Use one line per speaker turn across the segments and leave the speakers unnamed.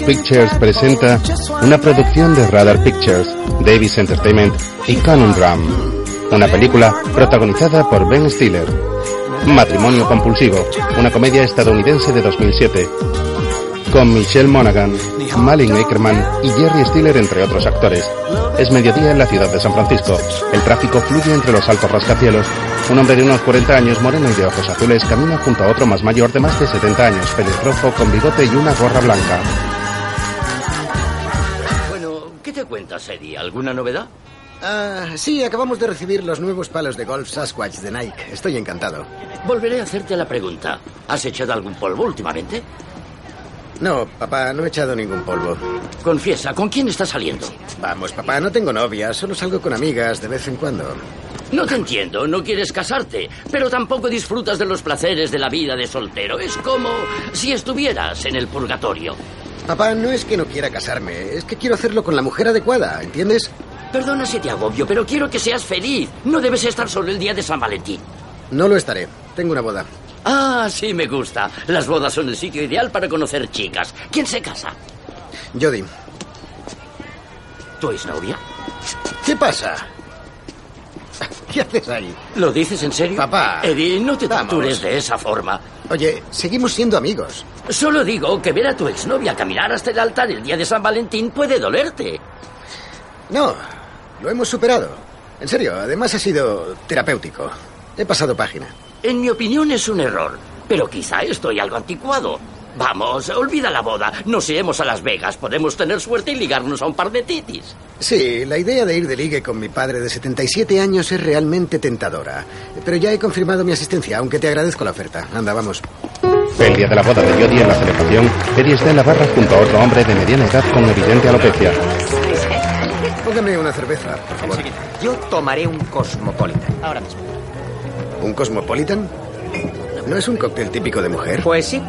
Pictures presenta una producción de Radar Pictures, Davis Entertainment y Conundrum. Una película protagonizada por Ben Stiller. Matrimonio compulsivo, una comedia estadounidense de 2007. Con Michelle Monaghan, Malin Ackerman y Jerry Stiller entre otros actores. Es mediodía en la ciudad de San Francisco. El tráfico fluye entre los altos rascacielos. Un hombre de unos 40 años, moreno y de ojos azules, camina junto a otro más mayor de más de 70 años, pelirrojo, con bigote y una gorra blanca.
Bueno, ¿qué te cuentas, Eddie? ¿Alguna novedad?
Ah, sí, acabamos de recibir los nuevos palos de golf Sasquatch de Nike. Estoy encantado.
Volveré a hacerte la pregunta. ¿Has echado algún polvo últimamente?
No, papá, no he echado ningún polvo.
Confiesa, ¿con quién estás saliendo?
Vamos, papá, no tengo novia, solo salgo con amigas de vez en cuando.
No te entiendo, no quieres casarte, pero tampoco disfrutas de los placeres de la vida de soltero. Es como si estuvieras en el purgatorio.
Papá, no es que no quiera casarme, es que quiero hacerlo con la mujer adecuada, ¿entiendes?
Perdona si te agobio, pero quiero que seas feliz. No debes estar solo el día de San Valentín.
No lo estaré, tengo una boda.
Ah, sí, me gusta. Las bodas son el sitio ideal para conocer chicas. ¿Quién se casa?
Jody,
¿Tú es novia?
¿qué pasa? ¿Qué haces ahí?
¿Lo dices en serio?
Papá,
Eddie, no te
vamos.
tortures de esa forma.
Oye, seguimos siendo amigos.
Solo digo que ver a tu exnovia caminar hasta el altar el día de San Valentín puede dolerte.
No, lo hemos superado. En serio, además ha sido terapéutico. He pasado página.
En mi opinión es un error, pero quizá estoy algo anticuado. Vamos, olvida la boda. Nos iremos a Las Vegas. Podemos tener suerte y ligarnos a un par de titis.
Sí, la idea de ir de ligue con mi padre de 77 años es realmente tentadora. Pero ya he confirmado mi asistencia, aunque te agradezco la oferta. Anda, vamos.
El día de la boda de Jodie en la celebración, Eddie está en la barra junto a otro hombre de mediana edad con evidente alopecia.
Póngame una cerveza, por favor.
Yo tomaré un Cosmopolitan.
Ahora mismo.
¿Un Cosmopolitan? ¿No es un cóctel típico de mujer?
Pues sí,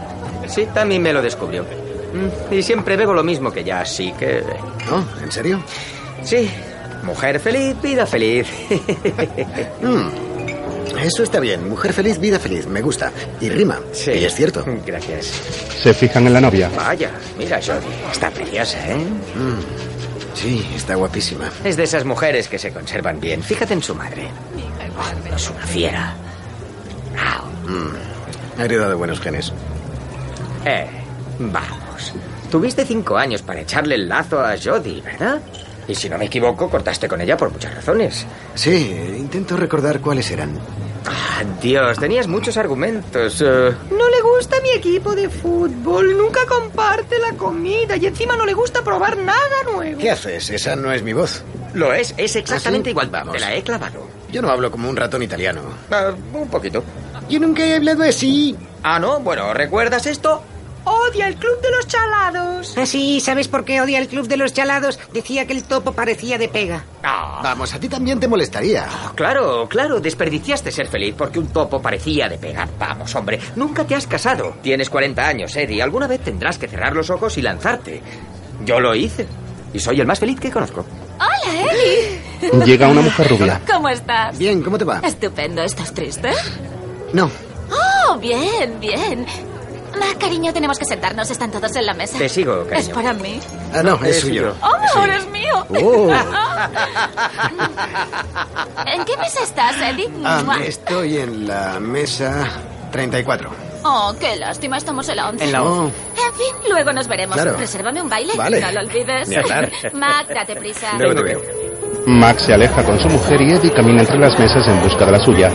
sí, Tammy me lo descubrió. Mm, Y siempre bebo lo mismo que ya, así que... eh.
¿No? ¿En serio?
Sí, mujer feliz, vida feliz.
Mm. Eso está bien. Mujer feliz, vida feliz. Me gusta. Y rima.
sí.
Y es cierto.
Gracias.
Se fijan en la novia.
Vaya, mira, Jody, está preciosa, ¿eh?
Mm, Sí, está guapísima.
Es de esas mujeres que se conservan bien. Fíjate en su madre. Oh, es una fiera. Au.
Ha heredado Mm. buenos genes.
Eh, vamos. Tuviste cinco años para echarle el lazo a Jody, ¿verdad? Y si no me equivoco, cortaste con ella por muchas razones.
Sí, intento recordar cuáles eran.
Ah, Dios, tenías muchos argumentos. eh.
No le gusta mi equipo de fútbol, nunca comparte la comida y encima no le gusta probar nada nuevo.
¿Qué haces? Esa no es mi voz.
Lo es, es
¿Ah,
exactamente
sí?
igual.
Vamos.
Te la he clavado.
Yo no hablo como un ratón italiano.
Ah, un poquito.
Yo nunca he hablado así.
Ah, no, bueno, ¿recuerdas esto?
Odia el club de los chalados.
Ah, sí, ¿sabes por qué odia el club de los chalados? Decía que el topo parecía de pega.
Ah,
Vamos, a ti también te molestaría.
claro, claro, desperdiciaste ser feliz porque un topo parecía de pegar. Vamos, hombre, nunca te has casado. Tienes 40 años, Eddie. Alguna vez tendrás que cerrar los ojos y lanzarte. Yo lo hice. Y soy el más feliz que conozco.
Hola, Eli.
Llega una mujer rubia.
¿Cómo estás?
Bien, ¿cómo te va?
Estupendo, ¿estás triste?
No.
Oh, bien, bien. Ma, cariño, tenemos que sentarnos. Están todos en la mesa.
Te sigo,
¿Es
cariño.
para mí?
Ah, no, es
Es
suyo.
suyo.
¡Oh, ahora es mío!
Oh.
¿En qué mesa estás, Eddie?
Ah,
Mua.
estoy en la mesa 34.
Oh, qué lástima, estamos en la once.
En la
No.
En fin, luego nos veremos.
Claro.
Resérvame un baile.
Vale.
No lo olvides.
Ni hablar.
Mac, date prisa.
Luego te
Tengo
veo.
Max se aleja con su mujer y Eddie camina entre las mesas en busca de la suya.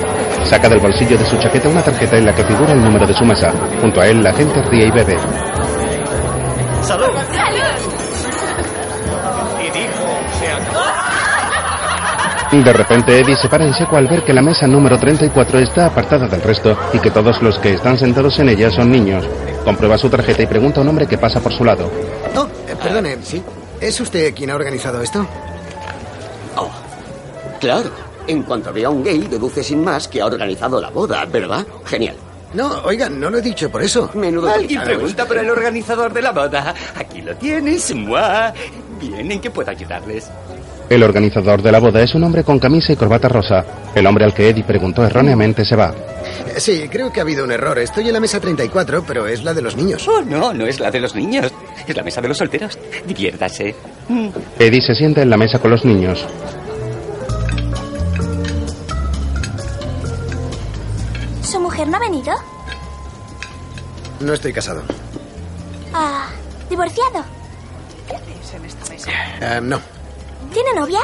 Saca del bolsillo de su chaqueta una tarjeta en la que figura el número de su mesa. Junto a él la gente ríe y bebe.
¡Salud!
¡Salud!
De repente Eddie se para en seco al ver que la mesa número 34 está apartada del resto y que todos los que están sentados en ella son niños. Comprueba su tarjeta y pregunta a un hombre que pasa por su lado.
Oh, eh, perdone, ¿sí? ¿Es usted quien ha organizado esto?
Oh, claro. En cuanto vea a un gay, deduce sin más que ha organizado la boda, ¿verdad? Genial.
No, oiga, no lo he dicho por eso.
Menudo
Alguien
delicado
pregunta por el organizador de la boda. Aquí lo tienes, ¡mua! Bien, ¿en qué puedo ayudarles?
El organizador de la boda es un hombre con camisa y corbata rosa. El hombre al que Eddie preguntó erróneamente se va.
Eh, Sí, creo que ha habido un error. Estoy en la mesa 34, pero es la de los niños.
Oh, no, no es la de los niños. Es la mesa de los solteros. Diviértase.
Eddie se sienta en la mesa con los niños.
¿Su mujer no ha venido?
No estoy casado.
Ah, divorciado.
Ah, no,
¿Tiene novia?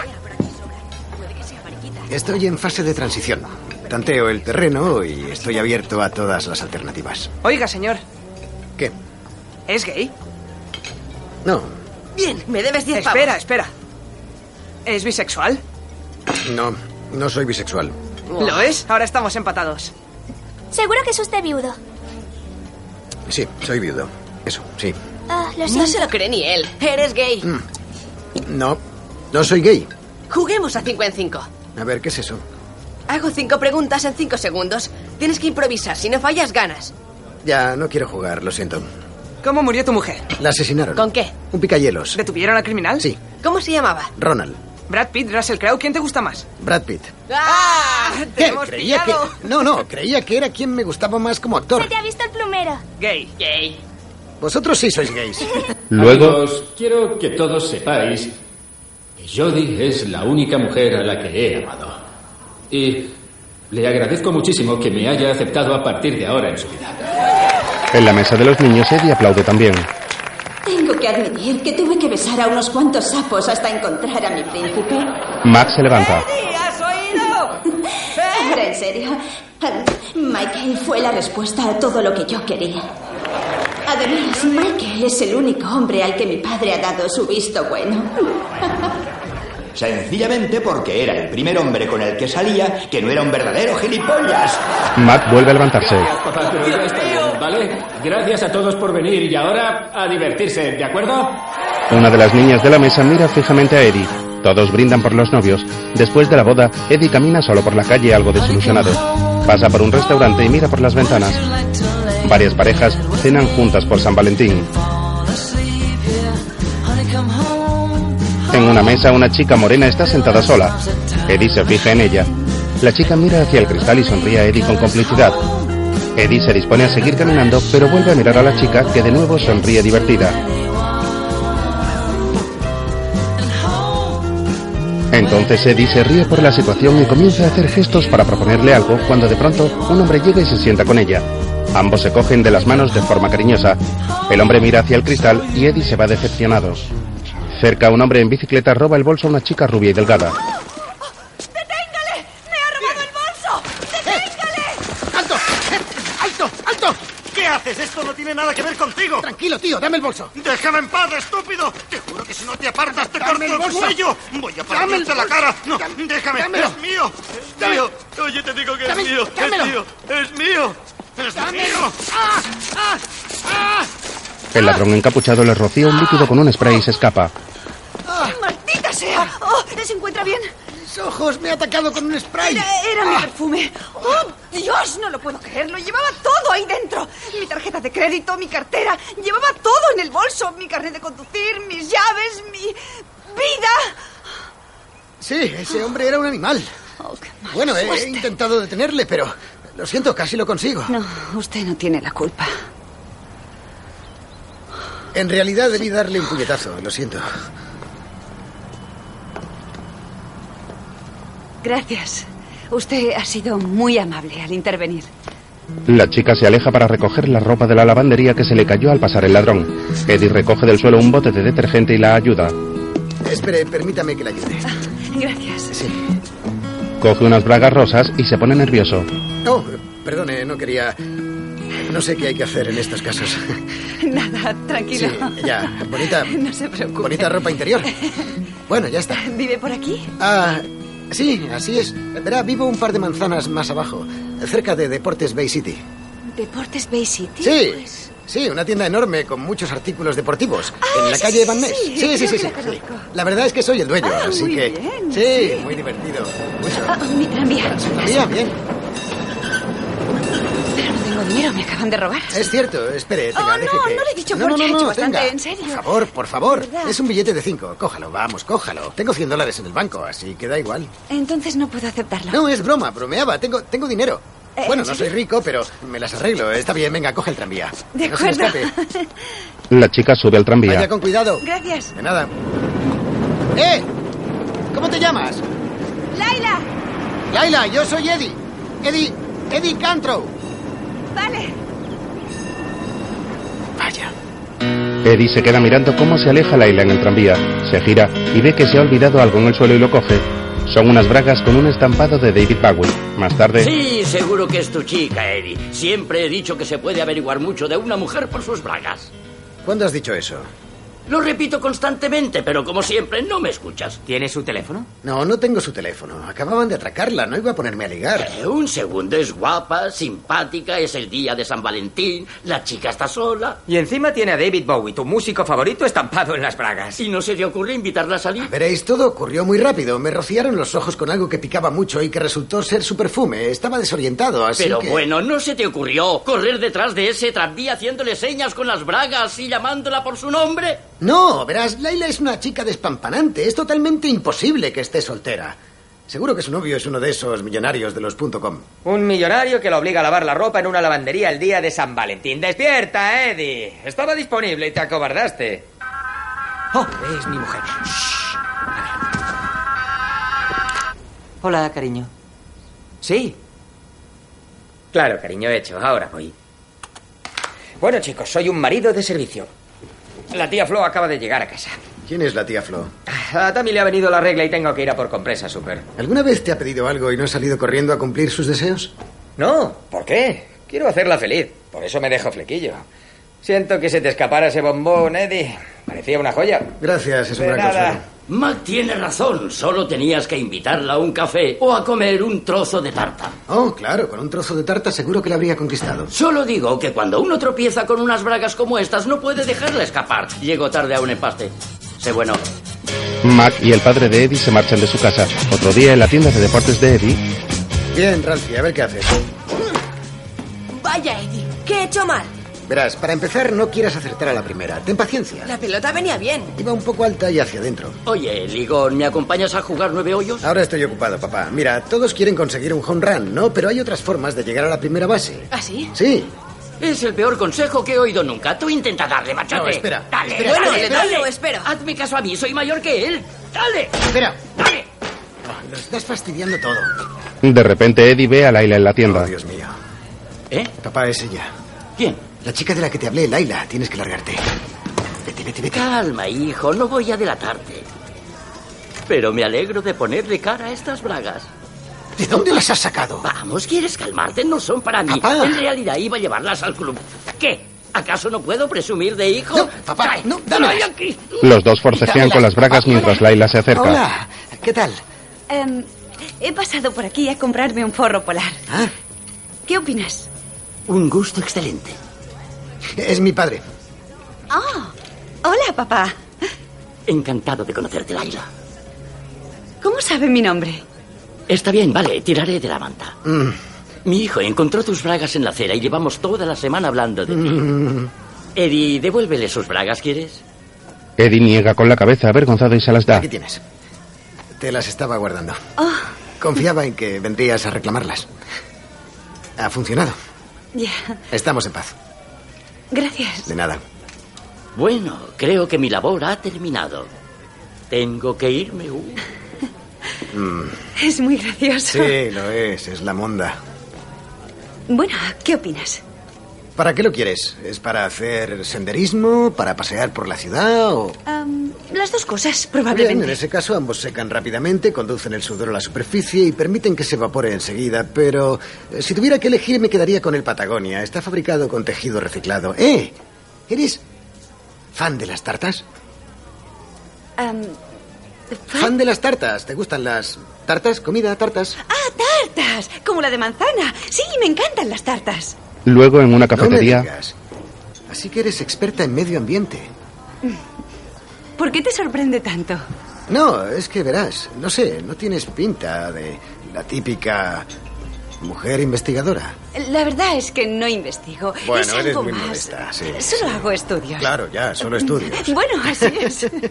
estoy en fase de transición. Tanteo el terreno y estoy abierto a todas las alternativas.
Oiga, señor,
¿Qué?
¿es gay?
No,
Bien, me debes 10 Espera, espera. ¿Es bisexual?
no, no soy bisexual.
¿Lo es? Ahora estamos empatados.
Seguro que es usted viudo.
Sí, soy viudo. Eso, sí.
Ah, lo
No
siento.
se lo cree ni él. Eres gay.
Mm. No, no soy gay.
Juguemos a 5 en 5.
A ver, ¿qué es eso?
Hago cinco preguntas en 5 segundos. Tienes que improvisar. Si no fallas, ganas.
Ya, no quiero jugar, lo siento.
¿Cómo murió tu mujer?
La asesinaron.
¿Con qué?
Un picayelos.
¿Detuvieron al criminal?
Sí,
¿Cómo se llamaba?
Ronald.
Brad Pitt, Russell Crowe, ¿quién te gusta más?
Brad Pitt.
¡Ah!
¡Te hemos
Creía que...
pillado!
No, no, creía que era quien me gustaba más como actor.
Se te ha visto el plumero.
Gay.
Gay.
Vosotros sí sois gays.
Luego,
Amigos, quiero que todos sepáis que Jodie es la única mujer a la que he amado. Y le agradezco muchísimo que me haya aceptado a partir de ahora en su vida.
en la mesa de los niños, Eddie aplaude también.
Tengo que admitir que tuve que besar a unos cuantos sapos hasta encontrar a mi príncipe.
Max se levanta.
¿Has oído?
Ahora, en serio, Michael fue la respuesta a todo lo que yo quería. Además, Michael es el único hombre al que mi padre ha dado su visto bueno.
Sencillamente porque era el primer hombre con el que salía que no era un verdadero gilipollas.
Max vuelve a levantarse.
Papá, pero ya está bien, ¿vale? Gracias a todos por venir y ahora a divertirse, ¿de acuerdo?
Una de las niñas de la mesa mira fijamente a Eddie. Todos brindan por los novios. Después de la boda, Eddie camina solo por la calle algo desilusionado. Pasa por un restaurante y mira por las ventanas. Varias parejas cenan juntas por San Valentín. En una mesa una chica morena está sentada sola. Eddie se fija en ella. La chica mira hacia el cristal y sonríe a Eddie con complicidad. Eddie se dispone a seguir caminando, pero vuelve a mirar a la chica que de nuevo sonríe divertida. Entonces Eddie se ríe por la situación y comienza a hacer gestos para proponerle algo cuando de pronto un hombre llega y se sienta con ella. Ambos se cogen de las manos de forma cariñosa. El hombre mira hacia el cristal y Eddie se va decepcionado. Cerca un hombre en bicicleta roba el bolso a una chica rubia y delgada.
¡Deténgale! ¡Me ha robado el bolso! ¡Deténgale!
¡Alto! ¡Alto! ¡Alto!
¿Qué haces? Esto no tiene nada que ver contigo.
Tranquilo, tío, dame el bolso.
Déjame en paz, estúpido. Te juro que si no te apartas te
Dame
corto
el
el
bolso.
cuello. Voy a
Dame el
partirte la
bolso.
cara. No,
Dame-
déjame.
dámelo.
Es mío. Es
Dame-
mío. Oye, te digo que
Dame-
es mío.
dámelo.
Es mío. Es mío. Es mío. ¡Ah! ¡Ah! ¡Ah!
El ladrón encapuchado le rocía un líquido con un spray y se escapa.
Ah.
¡Maldita sea! ¡Oh! ¿Se encuentra bien?
Mis ojos, me ha atacado con un spray. Ah.
Era, era mi perfume. ¡Oh, Dios! No lo puedo creer. Lo llevaba todo ahí dentro. Mi tarjeta de crédito, mi cartera. Llevaba todo en el bolso. Mi carnet de conducir, mis llaves, mi vida.
Sí, ese hombre era un animal.
Oh,
Bueno, he- he intentado detenerle, pero lo siento, casi lo consigo.
No, usted no tiene la culpa.
En realidad debí darle un puñetazo, lo siento.
Gracias. Usted ha sido muy amable al intervenir.
La chica se aleja para recoger la ropa de la lavandería que se le cayó al pasar el ladrón. Eddie recoge del suelo un bote de detergente y la ayuda.
Espere, permítame que le ayude.
Gracias.
Sí.
Coge unas bragas rosas y se pone nervioso.
Oh, perdone, no quería... No sé qué hay que hacer en estos casos.
Nada, tranquilo.
Mm, Sí, ya. Bonita,
No se preocupe.
bonita ropa interior. Bueno, ya está.
¿Vive por aquí?
Ah, sí, así es. Verá, vivo un par de manzanas más abajo, cerca de Deportes Bay City.
¿Deportes Bay City?
Sí, sí, una tienda enorme con muchos artículos deportivos en la calle Van Ness.
Ah,
Sí,
sí,
sí, sí,
creo que
sí.
la conozco.
La verdad es que soy el dueño,
Ah,
así
muy
que
bien,
sí, muy divertido.
Ah, mi tranvía.
Bien, bien.
Pero no tengo dinero, me acaban de robar.
Es cierto, espere, tenga,
Oh, no,
déjete.
no le he dicho
Este no, no,
porque
no,
he
no,
hecho bastante,
tenga.
en serio.
Por favor, por favor.
De verdad.
Es un billete de cinco. Cójalo, vamos, cójalo. Tengo 100 dólares en el banco, así que da igual.
Entonces Eh, no puedo aceptarlo. Eh,
No, es broma, bromeaba. Tengo, tengo dinero. Bueno, no soy rico, pero me las arreglo. Está bien, venga, coge el tranvía.
De
No se me
acuerdo.
escape.
La chica sube al
Vaya
tranvía.
con cuidado.
Gracias.
De nada. ¡Eh! ¿Cómo te llamas?
Laila,
Laila, yo soy Eddie. Eddie, Eddie Cantrow.
vale.
Vaya.
Eddie se queda mirando cómo se aleja Laila en el tranvía. Se gira y ve que se ha olvidado algo en el suelo y lo coge. Son unas bragas con un estampado de David Bowie. Más tarde,
Sí, seguro que es tu chica, Eddie. Siempre he dicho que se puede averiguar mucho de una mujer por sus bragas.
¿Cuándo has dicho eso?
Lo repito constantemente, pero como siempre, no me escuchas.
¿Tienes su teléfono?
No, no tengo su teléfono. Acababan de atracarla, no iba a ponerme a ligar.
Eh, un segundo, es guapa, simpática, es el día de San Valentín, la chica está sola.
Y encima tiene a David Bowie, tu músico favorito, estampado en las bragas.
¿Y no se te ocurre invitarla a salir?
Veréis, todo ocurrió muy rápido. Me rociaron los ojos con algo que picaba mucho y que resultó ser su perfume. Estaba desorientado, así
Pero
que...
bueno, ¿no se te ocurrió correr detrás de ese tranvía haciéndole señas con las bragas y llamándola por su nombre?
No, verás, Laila es una chica despampanante. Es totalmente imposible que esté soltera. Seguro que su novio es uno de esos millonarios de los punto .com.
Un millonario que lo obliga a lavar la ropa en una lavandería el día de San Valentín. ¡Despierta, Eddie! Estaba disponible y te acobardaste. Oh, es mi mujer. Shh. Hola, cariño. Sí. Claro, cariño, hecho. Ahora voy. Bueno, chicos, soy un marido de servicio. La tía Flo acaba de llegar a casa. Ah,
¿Quién es la tía Flo?
A Tammy le ha venido la regla y tengo que ir a por compresa, Super.
¿Alguna vez te ha pedido algo y no has salido corriendo a cumplir sus deseos?
No, ¿por qué? Quiero hacerla feliz. Por eso me dejo flequillo. Siento que se te escapara ese bombón, Eddie. Parecía una joya.
Gracias, es
De
una
nada.
cosa.
Mac tiene razón, solo tenías que invitarla a un café o a comer un trozo de tarta.
Oh, claro, con un trozo de tarta seguro que la habría conquistado.
Solo digo que cuando uno tropieza con unas bragas como estas no puede dejarla escapar. Llego tarde a un empaste. Sé bueno.
Mac y el padre de Eddie se marchan de su casa. Otro día en la tienda de deportes de Eddie,
Bien, Ralphie, a ver qué haces.
Vaya, Eddie, ¿qué he hecho mal?
Verás, para empezar, no quieras acertar a la primera. Ten paciencia.
La pelota venía bien.
Iba un poco alta y hacia adentro.
Oye, Ligón, ¿me acompañas a jugar nueve hoyos?
Ahora estoy ocupado, papá. Mira, todos quieren conseguir un home run, ¿no? Pero hay otras formas de llegar a la primera base.
¿Ah, sí?
Sí.
Es el peor consejo que he oído nunca. Tú intenta darle, machote.
No, espera,
Dale,
espera,
dale,
espera, espera.
dale.
Yo
espero.
Hazme caso a mí, soy mayor que él. Dale.
Espera. Ah,
Dale.
Lo estás fastidiando todo.
de repente Eddie ve a Laila en la tienda.
Oh, Dios mío.
¿Eh?
Papá es ella.
¿Quién?
La chica de la que te hablé, Laila. Tienes que largarte. Vete, vete, vete.
Calma, hijo, no voy a delatarte. Pero me alegro de ponerle cara a estas bragas.
¿De dónde las has sacado?
Vamos, ¿quieres calmarte? No son para mí.
Papá.
En realidad iba a llevarlas al club. ¿Qué? ¿Acaso no puedo presumir de hijo?
No, papá,
Trae,
no, dámelas.
trae aquí.
Los dos forcejean con las bragas mientras Laila se acerca.
Hola, ¿qué tal?
Em, he pasado por aquí a comprarme un forro polar.
Ah.
¿Qué opinas?
Un gusto excelente.
Es mi padre.
Ah, hola, papá.
Encantado de conocerte, Laila.
¿Cómo sabe mi nombre?
Está bien, vale, tiraré de la manta.
Mm.
Mi hijo encontró tus bragas en la acera y llevamos toda la semana hablando
Mm.
de ti. Eddie, devuélvele sus bragas, ¿quieres?
Eddie niega con la cabeza avergonzado y se las da.
Aquí tienes. Te las estaba guardando.
Ah.
Confiaba en que vendrías a reclamarlas. Ha funcionado.
Ya,
Estamos en paz.
gracias.
De nada.
Bueno, creo que mi labor ha terminado. Tengo que irme. uh.
Mm.
Es muy gracioso.
Sí, lo es. Es la monda.
Bueno, ¿qué opinas?
¿Para qué lo quieres? ¿Es para hacer senderismo? ¿Para pasear por la ciudad? ¿O
Am, Em, las dos cosas,
Bien,
probablemente.
en ese caso ambos secan rápidamente, conducen el sudor a la superficie y permiten que se evapore enseguida, pero eh, si tuviera que elegir me quedaría con el Patagonia. Está fabricado con tejido reciclado. ¡Eh! ¿Eres fan de las tartas?
Am,
Fan de las tartas. ¿Te gustan las tartas? Comida, tartas.
¡Ah, tartas! Como la de manzana. Sí, me encantan las tartas.
Luego en una
No me
cafetería,
digas. Así que eres experta en medio ambiente.
¿Por qué te sorprende tanto?
No, es que verás, no sé, no tienes pinta de la típica mujer investigadora.
La verdad es que no investigo.
Bueno,
es
eres
algo
muy
más.
modesta, sí,
Solo hago estudios.
Claro, ya, solo estudios.
Bueno, así es.
Eh,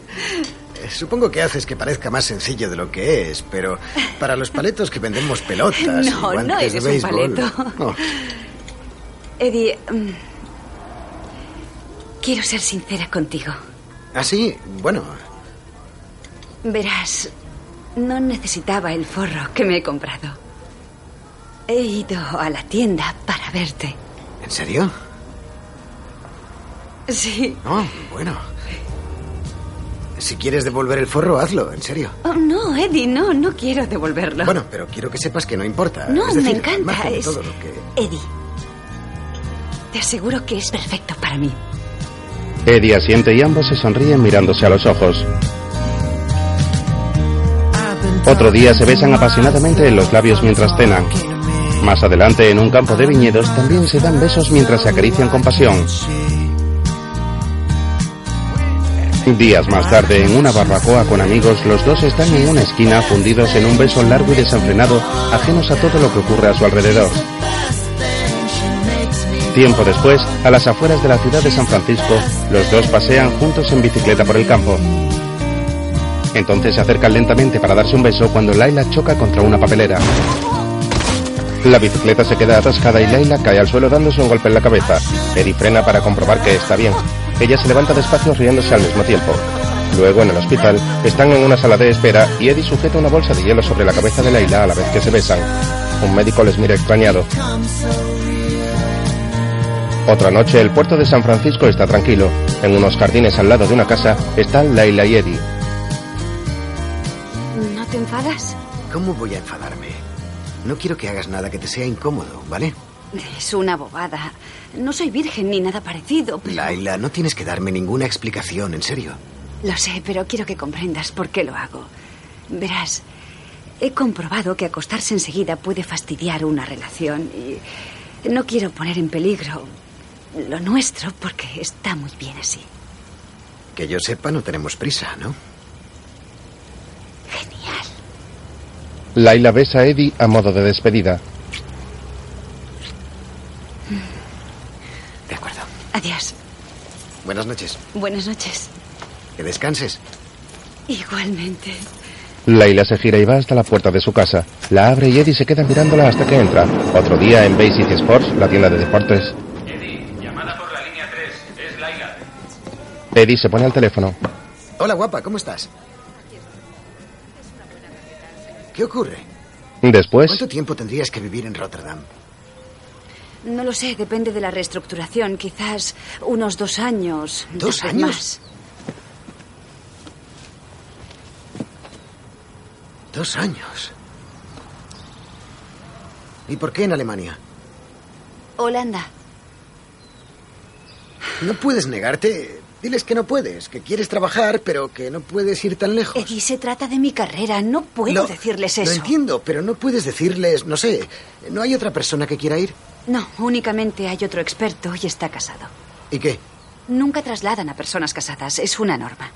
Supongo que haces que parezca más sencillo de lo que es, pero para los paletos que vendemos pelotas. y
No,
guantes
no
de
eres un
béisbol-
paleto.
No.
Eddie, mm, quiero ser sincera contigo.
Ah, sí, bueno.
Verás, no necesitaba el forro que me he comprado. He ido a la tienda para verte.
¿En serio?
Sí.
No, bueno. Si quieres devolver el forro, hazlo, en serio.
Oh, no, Eddie, no, no quiero devolverlo.
Bueno, pero quiero que sepas que no importa.
No,
Es decir,
me encanta,
al margen de
es-
todo lo que-
Eddie, te aseguro que es perfecto para mí.
Eddie asiente y ambos se sonríen mirándose a los ojos. Otro día se besan apasionadamente en los labios mientras cenan. Más adelante, en un campo de viñedos, también se dan besos mientras se acarician con pasión. Días más tarde, en una barbacoa con amigos, los dos están en una esquina fundidos en un beso largo y desenfrenado, ajenos a todo lo que ocurre a su alrededor. Tiempo después, a las afueras de la ciudad de San Francisco, los dos pasean juntos en bicicleta por el campo. Entonces se acercan lentamente para darse un beso cuando Laila choca contra una papelera. La bicicleta se queda atascada y Laila cae al suelo dándose un golpe en la cabeza. Eddie frena para comprobar que está bien. Ella se levanta despacio riéndose al mismo tiempo. Luego, en el hospital, están en una sala de espera y Eddie sujeta una bolsa de hielo sobre la cabeza de Laila a la vez que se besan. Un médico les mira extrañado. Otra noche, el puerto de San Francisco está tranquilo. En unos jardines al lado de una casa están Laila y Eddie.
¿No te enfadas?
¿Cómo voy a enfadarme? No quiero que hagas nada que te sea incómodo, ¿vale?
Es una bobada. No soy virgen ni nada parecido, pero...
Laila, no tienes que darme ninguna explicación, en serio.
Lo sé, pero quiero que comprendas por qué lo hago. Verás, he comprobado que acostarse enseguida puede fastidiar una relación y no quiero poner en peligro lo nuestro porque está muy bien así.
Que yo sepa, no tenemos prisa, ¿no?
Laila besa a Eddie a modo de despedida.
Adiós.
Buenas noches.
Buenas noches.
Que descanses.
Igualmente.
Laila se gira y va hasta la puerta de su casa. La abre y Eddie se queda mirándola hasta que entra. Otro día en Bay City Sports, la tienda de deportes. Eddie se pone al teléfono.
Hola, guapa, ¿cómo estás? ¿Qué ocurre?
Después,
¿Cuánto tiempo tendrías que vivir en Rotterdam?
No lo sé, depende de la reestructuración. Quizás unos dos años.
¿Dos
tal vez
años?
más.
Dos años. ¿Y por qué en Alemania?
Holanda.
No puedes negarte. Diles que no puedes, que quieres trabajar, pero que no puedes ir tan lejos.
Eddie, se trata de mi carrera. No puedo
No,
decirles
Lo
eso.
entiendo, pero no puedes decirles, no sé, ¿no hay otra persona que quiera ir?
No, únicamente hay otro experto y está casado.
¿Y qué?
Nunca trasladan a personas casadas, es una norma.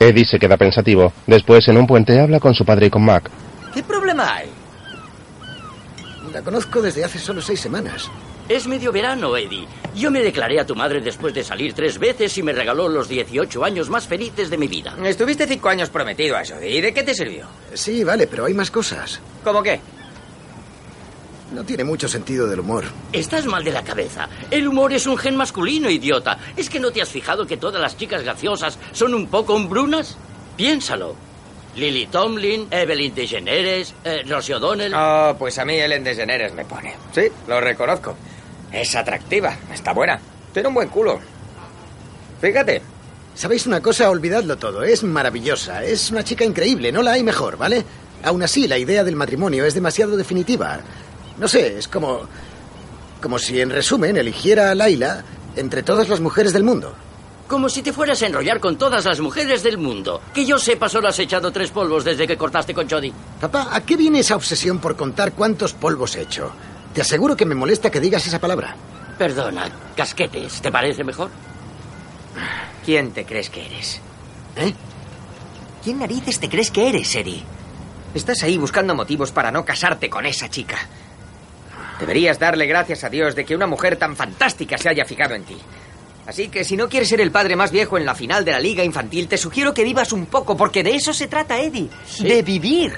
Eddie se queda pensativo. Después, en un puente, habla con su padre y con Mac.
¿Qué problema hay? La conozco desde hace solo seis semanas.
Es medio verano, Eddie. Yo me declaré a tu madre después de salir tres veces y me regaló los 18 años más felices de mi vida.
Estuviste cinco años prometido a eso. ¿Y de qué te sirvió?
Sí, vale, pero hay más cosas.
¿Cómo qué?
No tiene mucho sentido del humor.
Estás mal de la cabeza. El humor es un gen masculino, idiota. ¿Es que no te has fijado que todas las chicas graciosas son un poco hombrunas? Piénsalo. Lily Tomlin, Evelyn DeGeneres, eh, Rosie O'Donnell.
Oh, pues a mí Ellen DeGeneres me pone. Sí, lo reconozco. Es atractiva, está buena. Tiene un buen culo. Fíjate.
¿Sabéis una cosa? Olvidadlo todo. Es maravillosa. Es una chica increíble. No la hay mejor, ¿vale? Aún así, la idea del matrimonio es demasiado definitiva. No sé, es como. como si, en resumen, eligiera a Laila entre todas las mujeres del mundo.
Como si te fueras a enrollar con todas las mujeres del mundo. Que yo sepa, solo has echado tres polvos desde que cortaste con Jody.
Papá, ¿a qué viene esa obsesión por contar cuántos polvos he hecho? Te aseguro que me molesta que digas esa palabra.
Perdona, casquetes, ¿te parece mejor?
¿Quién te crees que eres?
¿Eh?
¿Quién narices te crees que eres, Eddie? Estás ahí buscando motivos para no casarte con esa chica. Deberías darle gracias a Dios de que una mujer tan fantástica se haya fijado en ti. Así que si no quieres ser el padre más viejo en la final de la liga infantil, te sugiero que vivas un poco, porque de eso se trata, Eddie. De vivir.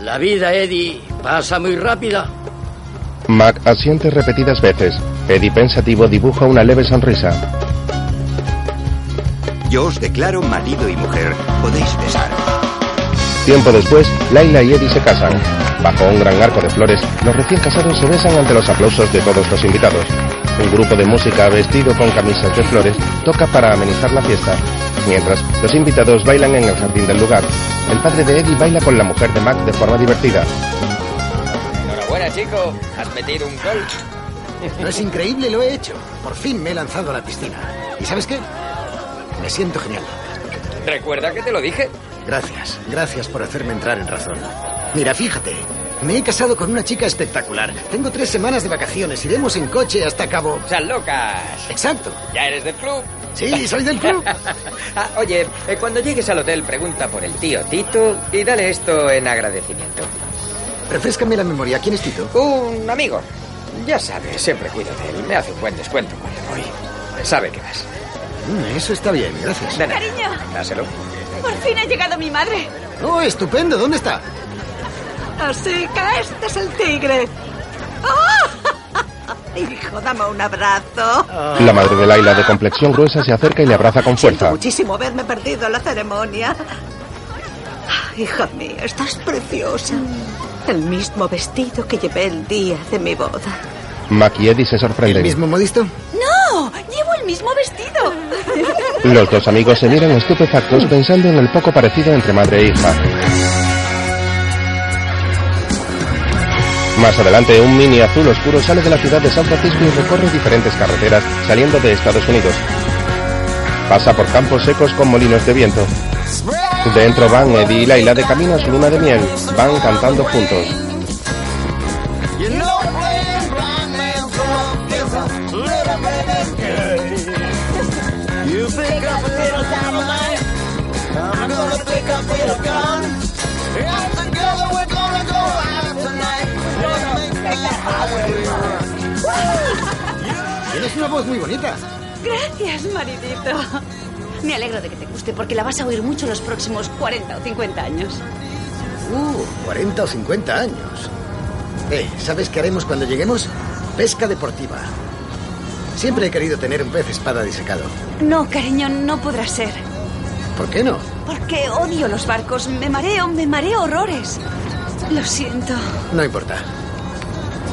La vida, Eddie, pasa muy rápida.
Mac asiente repetidas veces. Eddie pensativo dibuja una leve sonrisa.
Yo os declaro marido y mujer. Podéis besar.
Tiempo después, Laila y Eddie se casan. Bajo un gran arco de flores, los recién casados se besan ante los aplausos de todos los invitados. Un grupo de música vestido con camisas de flores toca para amenizar la fiesta. Mientras, los invitados bailan en el jardín del lugar. El padre de Eddie baila con la mujer de Mac de forma divertida.
Enhorabuena, chico. Has metido un gol.
No es increíble, lo he hecho. Por fin me he lanzado a la piscina. ¿Y sabes qué? Me siento genial.
Recuerda que te lo dije.
Gracias, gracias por hacerme entrar en razón. Mira, fíjate, me he casado con una chica espectacular. Tengo tres semanas de vacaciones, iremos en coche hasta Cabo.
¡San Lucas!
Exacto.
Ya eres del club.
Sí, soy del club.
Ah, oye, eh, cuando llegues al hotel, pregunta por el tío Tito y dale esto en agradecimiento.
Refrescame la memoria, ¿quién es Tito?
Un amigo. Ya sabes, siempre cuido de él. Me hace un buen descuento cuando voy. Sabe que vas.
Mm, eso está bien, gracias.
De nada.
Cariño,
Dáselo.
por fin ha llegado mi madre.
Oh, estupendo, ¿dónde está?
Así que este es el tigre. ¡Ah! Hijo, dame un abrazo.
Ah. La madre de Laila, de complexión gruesa, se acerca y le abraza con fuerza.
Muchísimo haberme perdido la ceremonia. Ah, Hija mía, estás preciosa. El mismo vestido que llevé el día de mi boda.
Mac y Eddie se sorprenden.
modisto?
¡No! ¡Llevo el mismo vestido!
Los dos amigos se miran estupefactos pensando en el poco parecido entre madre e hija. Más adelante, un mini azul oscuro sale de la ciudad de San Francisco y recorre diferentes carreteras saliendo de Estados Unidos. Pasa por campos secos con molinos de viento. Dentro van Eddie y Laila de camino a su luna de miel. Van cantando juntos.
Tienes una voz muy bonita.
Gracias, maridito. Me alegro de que te guste porque la vas a oír mucho los próximos 40 o 50 años.
Uh, 40 o 50 años. Eh, ¿sabes qué haremos cuando lleguemos? Pesca deportiva. Siempre he querido tener un pez espada disecado.
No, cariño, no podrá ser.
¿Por qué no?
Porque odio los barcos. Me mareo, me mareo horrores. Lo siento.
No importa.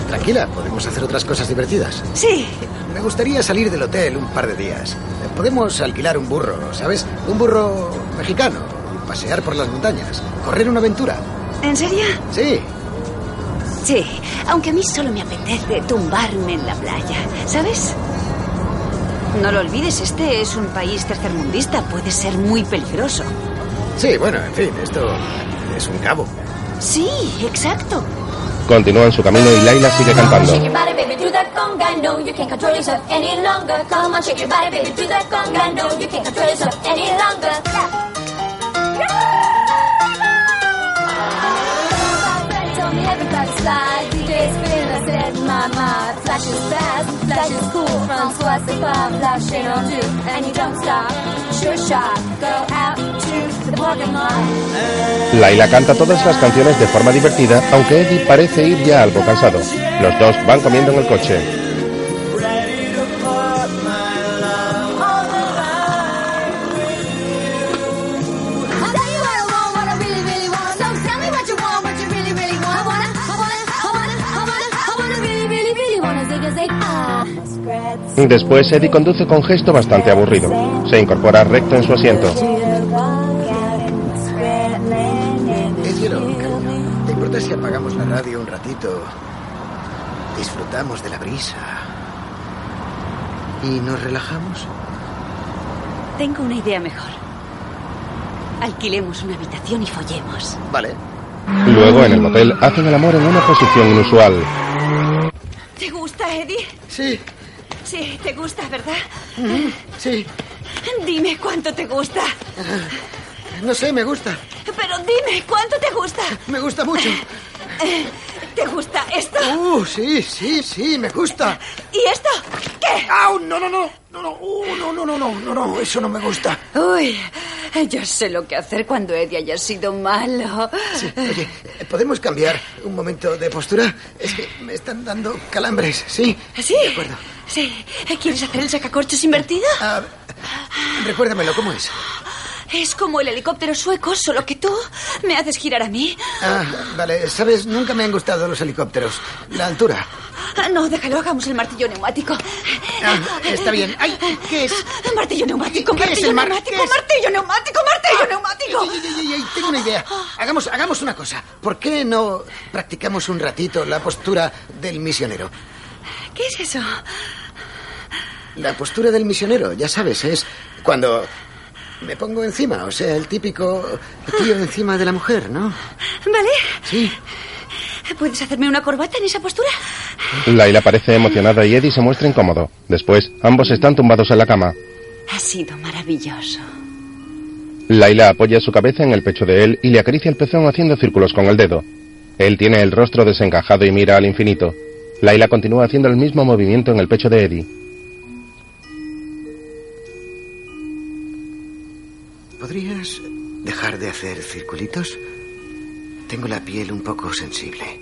Tranquila, podemos hacer otras cosas divertidas.
Sí.
Me gustaría salir del hotel un par de días. Eh, Podemos alquilar un burro, ¿sabes? Un burro mexicano. y Pasear por las montañas. Correr una aventura.
¿En serio?
Sí.
Sí, aunque a mí solo me apetece tumbarme en la playa, ¿sabes? No lo olvides, este es un país tercermundista, puede ser muy peligroso.
Sí, bueno, en fin, esto es un cabo.
Sí, exacto.
Continúan su camino y Laila sigue cantando.
Shake your body, baby, do that conga. No, you can't control yourself any longer. Come on, shake your body, baby, do that conga. No, you can't control yourself any longer. Everybody slide, DJ spin, I said my mind Flash is fast, flash is cool From squats to pop, flash shit on you And you don't stop, sure shot Go out to the parking lot
Laila canta todas las canciones de forma divertida, aunque Eddie parece ir ya algo cansado. Los dos van comiendo en el coche.
ah.
Después Eddie conduce con gesto bastante aburrido. Se incorpora recto en su asiento.
Es hielo, cariño. ¿Te importa si apagamos la radio un ratito? Disfrutamos de la brisa. ¿Y nos relajamos?
Tengo una idea mejor. Alquilemos una habitación y follemos.
Vale.
Luego, en el motel, hacen el amor en una posición inusual.
¿Te gusta, Eddie?
Sí. Mm-hmm.
Sí, te gusta, ¿verdad?
Sí.
Dime cuánto te gusta.
No sé, me gusta.
Pero dime cuánto te gusta.
Me gusta mucho.
Eh, ¿Te gusta esto?
Uh, sí, sí, sí, me gusta.
¿Y esto? ¿Qué?
¡Au! No, no, no. No, no, uh, no, no, no, no, no, no, eso no me gusta.
Uy, yo sé lo que hacer cuando Eddie haya sido malo.
Oye, ¿podemos cambiar un momento de postura? Es que me están dando calambres, ¿sí?
¿Sí? De acuerdo. Sí. ¿Quieres hacer el sacacorchos invertido?
Ah, Recuérdamelo, ¿cómo es?
es como el helicóptero sueco, solo que tú me haces girar a mí.
Ah, vale, sabes, nunca me han gustado los helicópteros. La altura.
Ah, No, déjalo, hagamos el martillo neumático.
Ah, está bien. Ay, ¿qué es?
Martillo neumático,
¿Qué es
martillo
el mar-
neumático,
qué es?
martillo neumático,
Ah,
martillo
Ay,
neumático.
ay, ay, ay, ay, tengo una idea. Hagamos, hagamos una cosa. ¿Por qué no practicamos un ratito la postura del misionero?
¿Qué es eso?
La postura del misionero, ya sabes, es cuando me pongo encima, o sea, el típico tío encima de la mujer, ¿no?
¿Vale?
Sí.
¿Puedes hacerme una corbata en esa postura?
Laila parece emocionada y Eddie se muestra incómodo. Después, ambos están tumbados en la cama.
Ha sido maravilloso.
Laila apoya su cabeza en el pecho de él y le acaricia el pezón haciendo círculos con el dedo. Él tiene el rostro desencajado y mira al infinito. Laila continúa haciendo el mismo movimiento en el pecho de Eddie.
¿Podrías dejar de hacer circulitos? Tengo la piel un poco sensible.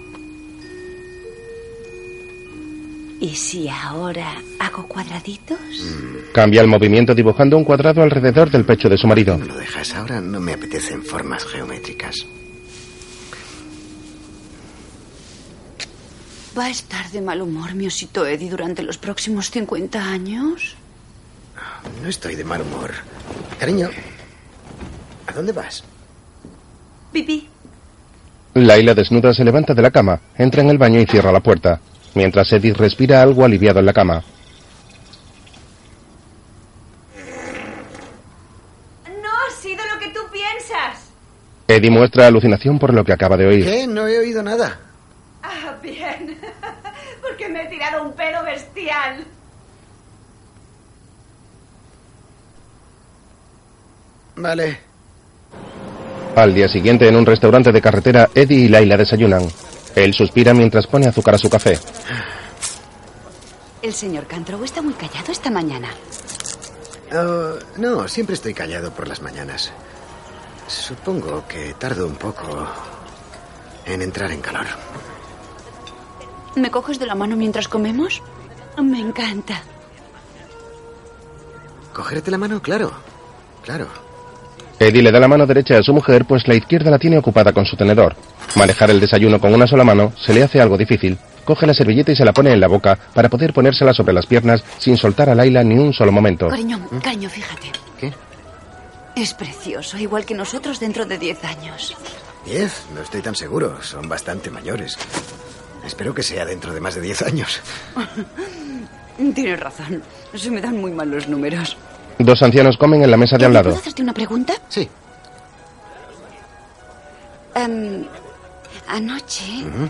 ¿Y si ahora hago cuadraditos?
Cambia el movimiento dibujando un cuadrado alrededor del pecho de su marido.
Lo dejas ahora, no me apetecen formas geométricas.
¿Va a estar de mal humor mi osito Eddie durante los próximos 50 años?
No estoy de mal humor. Cariño, ¿a dónde vas?
Pipí.
Laila desnuda se levanta de la cama, entra en el baño y cierra la puerta, mientras Eddie respira algo aliviado en la cama.
No ha sido lo que tú piensas.
Eddie muestra alucinación por lo que acaba de oír.
¿Qué? No he oído nada.
Ah, bien. Porque me he tirado un pelo bestial.
Vale.
Al día siguiente, en un restaurante de carretera, Eddie y Laila desayunan. Él suspira mientras pone azúcar a su café.
El señor Cantrow está muy callado esta mañana.
Ah, no, siempre estoy callado por las mañanas. Supongo que tardo un poco en entrar en calor.
¿Me coges de la mano mientras comemos? Me encanta.
¿Cogerte la mano? Claro. Claro.
Eddie le da la mano derecha a su mujer, pues la izquierda la tiene ocupada con su tenedor. Manejar el desayuno con una sola mano se le hace algo difícil. Coge la servilleta y se la pone en la boca para poder ponérsela sobre las piernas sin soltar a Laila ni un solo momento.
Cariño, cariño, fíjate.
Oh. ¿Mm? ¿Qué?
Es precioso, igual que nosotros dentro de 10 años.
¿Diez? No estoy tan seguro. Son bastante mayores. Espero que sea dentro de más de diez años.
Tienes razón. Se me dan muy mal los números.
Dos ancianos comen en la mesa de al lado.
¿Puedo hacerte una pregunta?
Sí.
Em, anoche
Mm.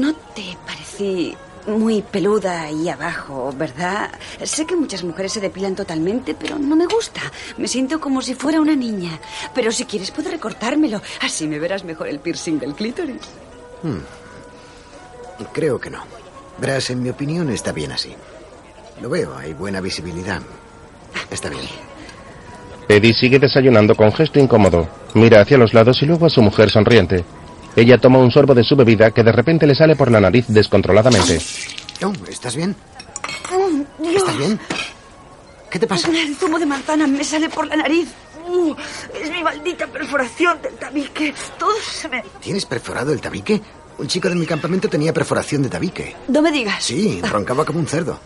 no te parecí muy peluda ahí abajo, ¿verdad? Sé que muchas mujeres se depilan totalmente, pero no me gusta. Me siento como si fuera una niña. Pero si quieres puedo recortármelo. Así me verás mejor el piercing del clítoris.
Hmm. Creo que no. Verás, en mi opinión está bien así. Lo veo, hay buena visibilidad. Está bien.
Eddie sigue desayunando con gesto incómodo. Mira hacia los lados y luego a su mujer sonriente. Ella toma un sorbo de su bebida que de repente le sale por la nariz descontroladamente.
Oh, ¿Estás bien? ¿Estás bien? ¿Qué te pasa?
El zumo de manzana me sale por la nariz. Uh, es mi maldita perforación del tabique. Todo se me...
¿Tienes perforado el tabique? Un chico de mi campamento tenía perforación de tabique.
No me digas.
Sí, roncaba como un cerdo.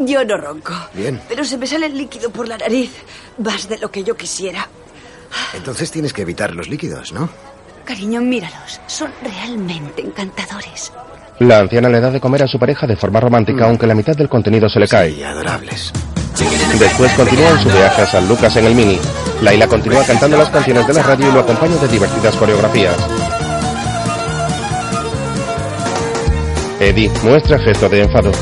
Yo no ronco.
Bien.
Pero se me sale el líquido por la nariz. Más de lo que yo quisiera.
Entonces tienes que evitar los líquidos, ¿no?
Cariño, míralos. Son realmente encantadores.
La anciana le da de comer a su pareja de forma romántica, aunque la mitad del contenido se le cae.
adorables.
Después continúan su viaje a San Lucas en el Mini. Laila continúa cantando las canciones de la radio y lo acompaña de divertidas coreografías. Eddie muestra gesto de enfado.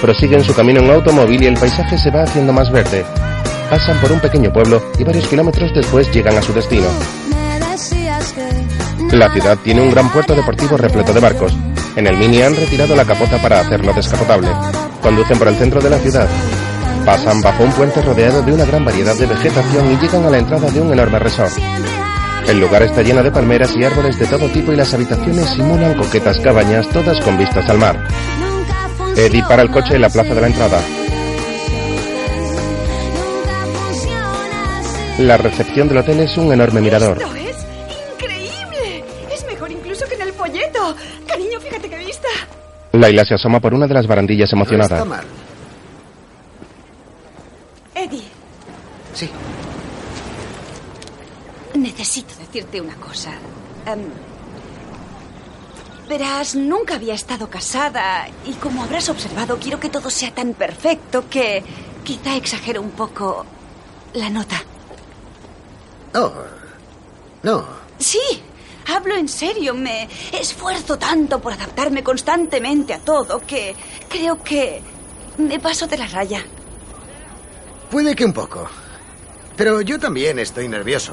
Prosiguen su camino en automóvil y el paisaje se va haciendo más verde. Pasan por un pequeño pueblo y varios kilómetros después llegan a su destino. La ciudad tiene un gran puerto deportivo repleto de barcos. En el Mini han retirado la capota para hacerlo descapotable. Conducen por el centro de la ciudad. Pasan bajo un puente rodeado de una gran variedad de vegetación y llegan a la entrada de un enorme resort. El lugar está lleno de palmeras y árboles de todo tipo y las habitaciones simulan coquetas cabañas todas con vistas al mar. Eddie para el coche en la plaza de la entrada. La recepción del hotel es un enorme mirador.
¡Esto es increíble! Es mejor incluso que en el folleto. Cariño, fíjate qué vista.
Laila se asoma por una de las barandillas emocionada.
Eddie.
Sí.
Necesito decirte una cosa. Em, verás, nunca había estado casada y como habrás observado, quiero que todo sea tan perfecto que quizá exagero un poco la nota.
Oh, no.
Sí, hablo en serio. Me esfuerzo tanto por adaptarme constantemente a todo que creo que me paso de la raya.
Puede que un poco. Pero yo también estoy nervioso.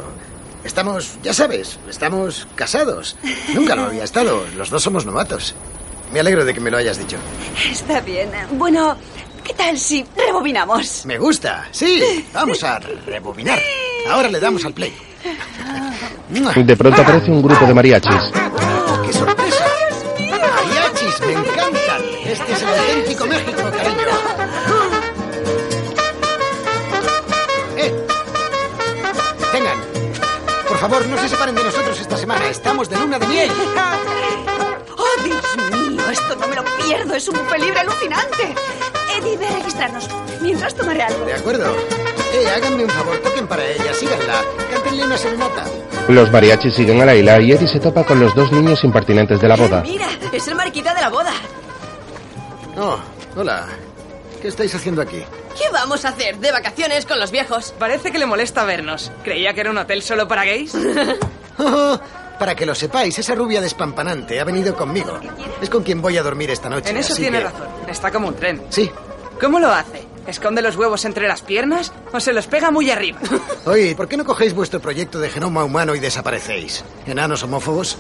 Estamos, ya sabes, estamos casados. Nunca lo había estado. Los dos somos novatos. Me alegro de que me lo hayas dicho.
Está bien. Bueno, ¿qué tal si rebobinamos?
Me gusta. Sí, vamos a rebobinar. Ahora le damos al play.
De pronto aparece un grupo de mariachis.
Oh, ¡Qué sorpresa! ¡Mariachis, me encantan! Este es el auténtico México, cariño. ¡Eh! Tengan. Por favor, no se separen de nosotros esta semana. Estamos de luna de miel.
¡Oh, Dios mío! Esto no me lo pierdo. Es un buffet libre alucinante. Eddie, ve a registrarnos. Mientras tomaré algo.
De acuerdo. Eh, háganme un favor, toquen para ella, síganla. Cántenle una serenata.
Los mariachis siguen a Laila y Eddie se topa con los dos niños impertinentes de la boda.
Eh, Mira, es el mariquita de la boda.
Oh, hola. ¿Qué estáis haciendo aquí?
¿Qué vamos a hacer? ¿De vacaciones con los viejos?
Parece que le molesta vernos. Creía que era un hotel solo para gays.
Oh, para que lo sepáis, esa rubia despampanante ha venido conmigo. Es con quien voy a dormir esta noche.
en eso
así
tiene
que-
razón. Está como un tren.
Sí.
¿Cómo lo hace? ¿Esconde los huevos entre las piernas o se los pega muy arriba?
Oye, ¿por qué no cogéis vuestro proyecto de genoma humano y desaparecéis? ¿Enanos homófobos?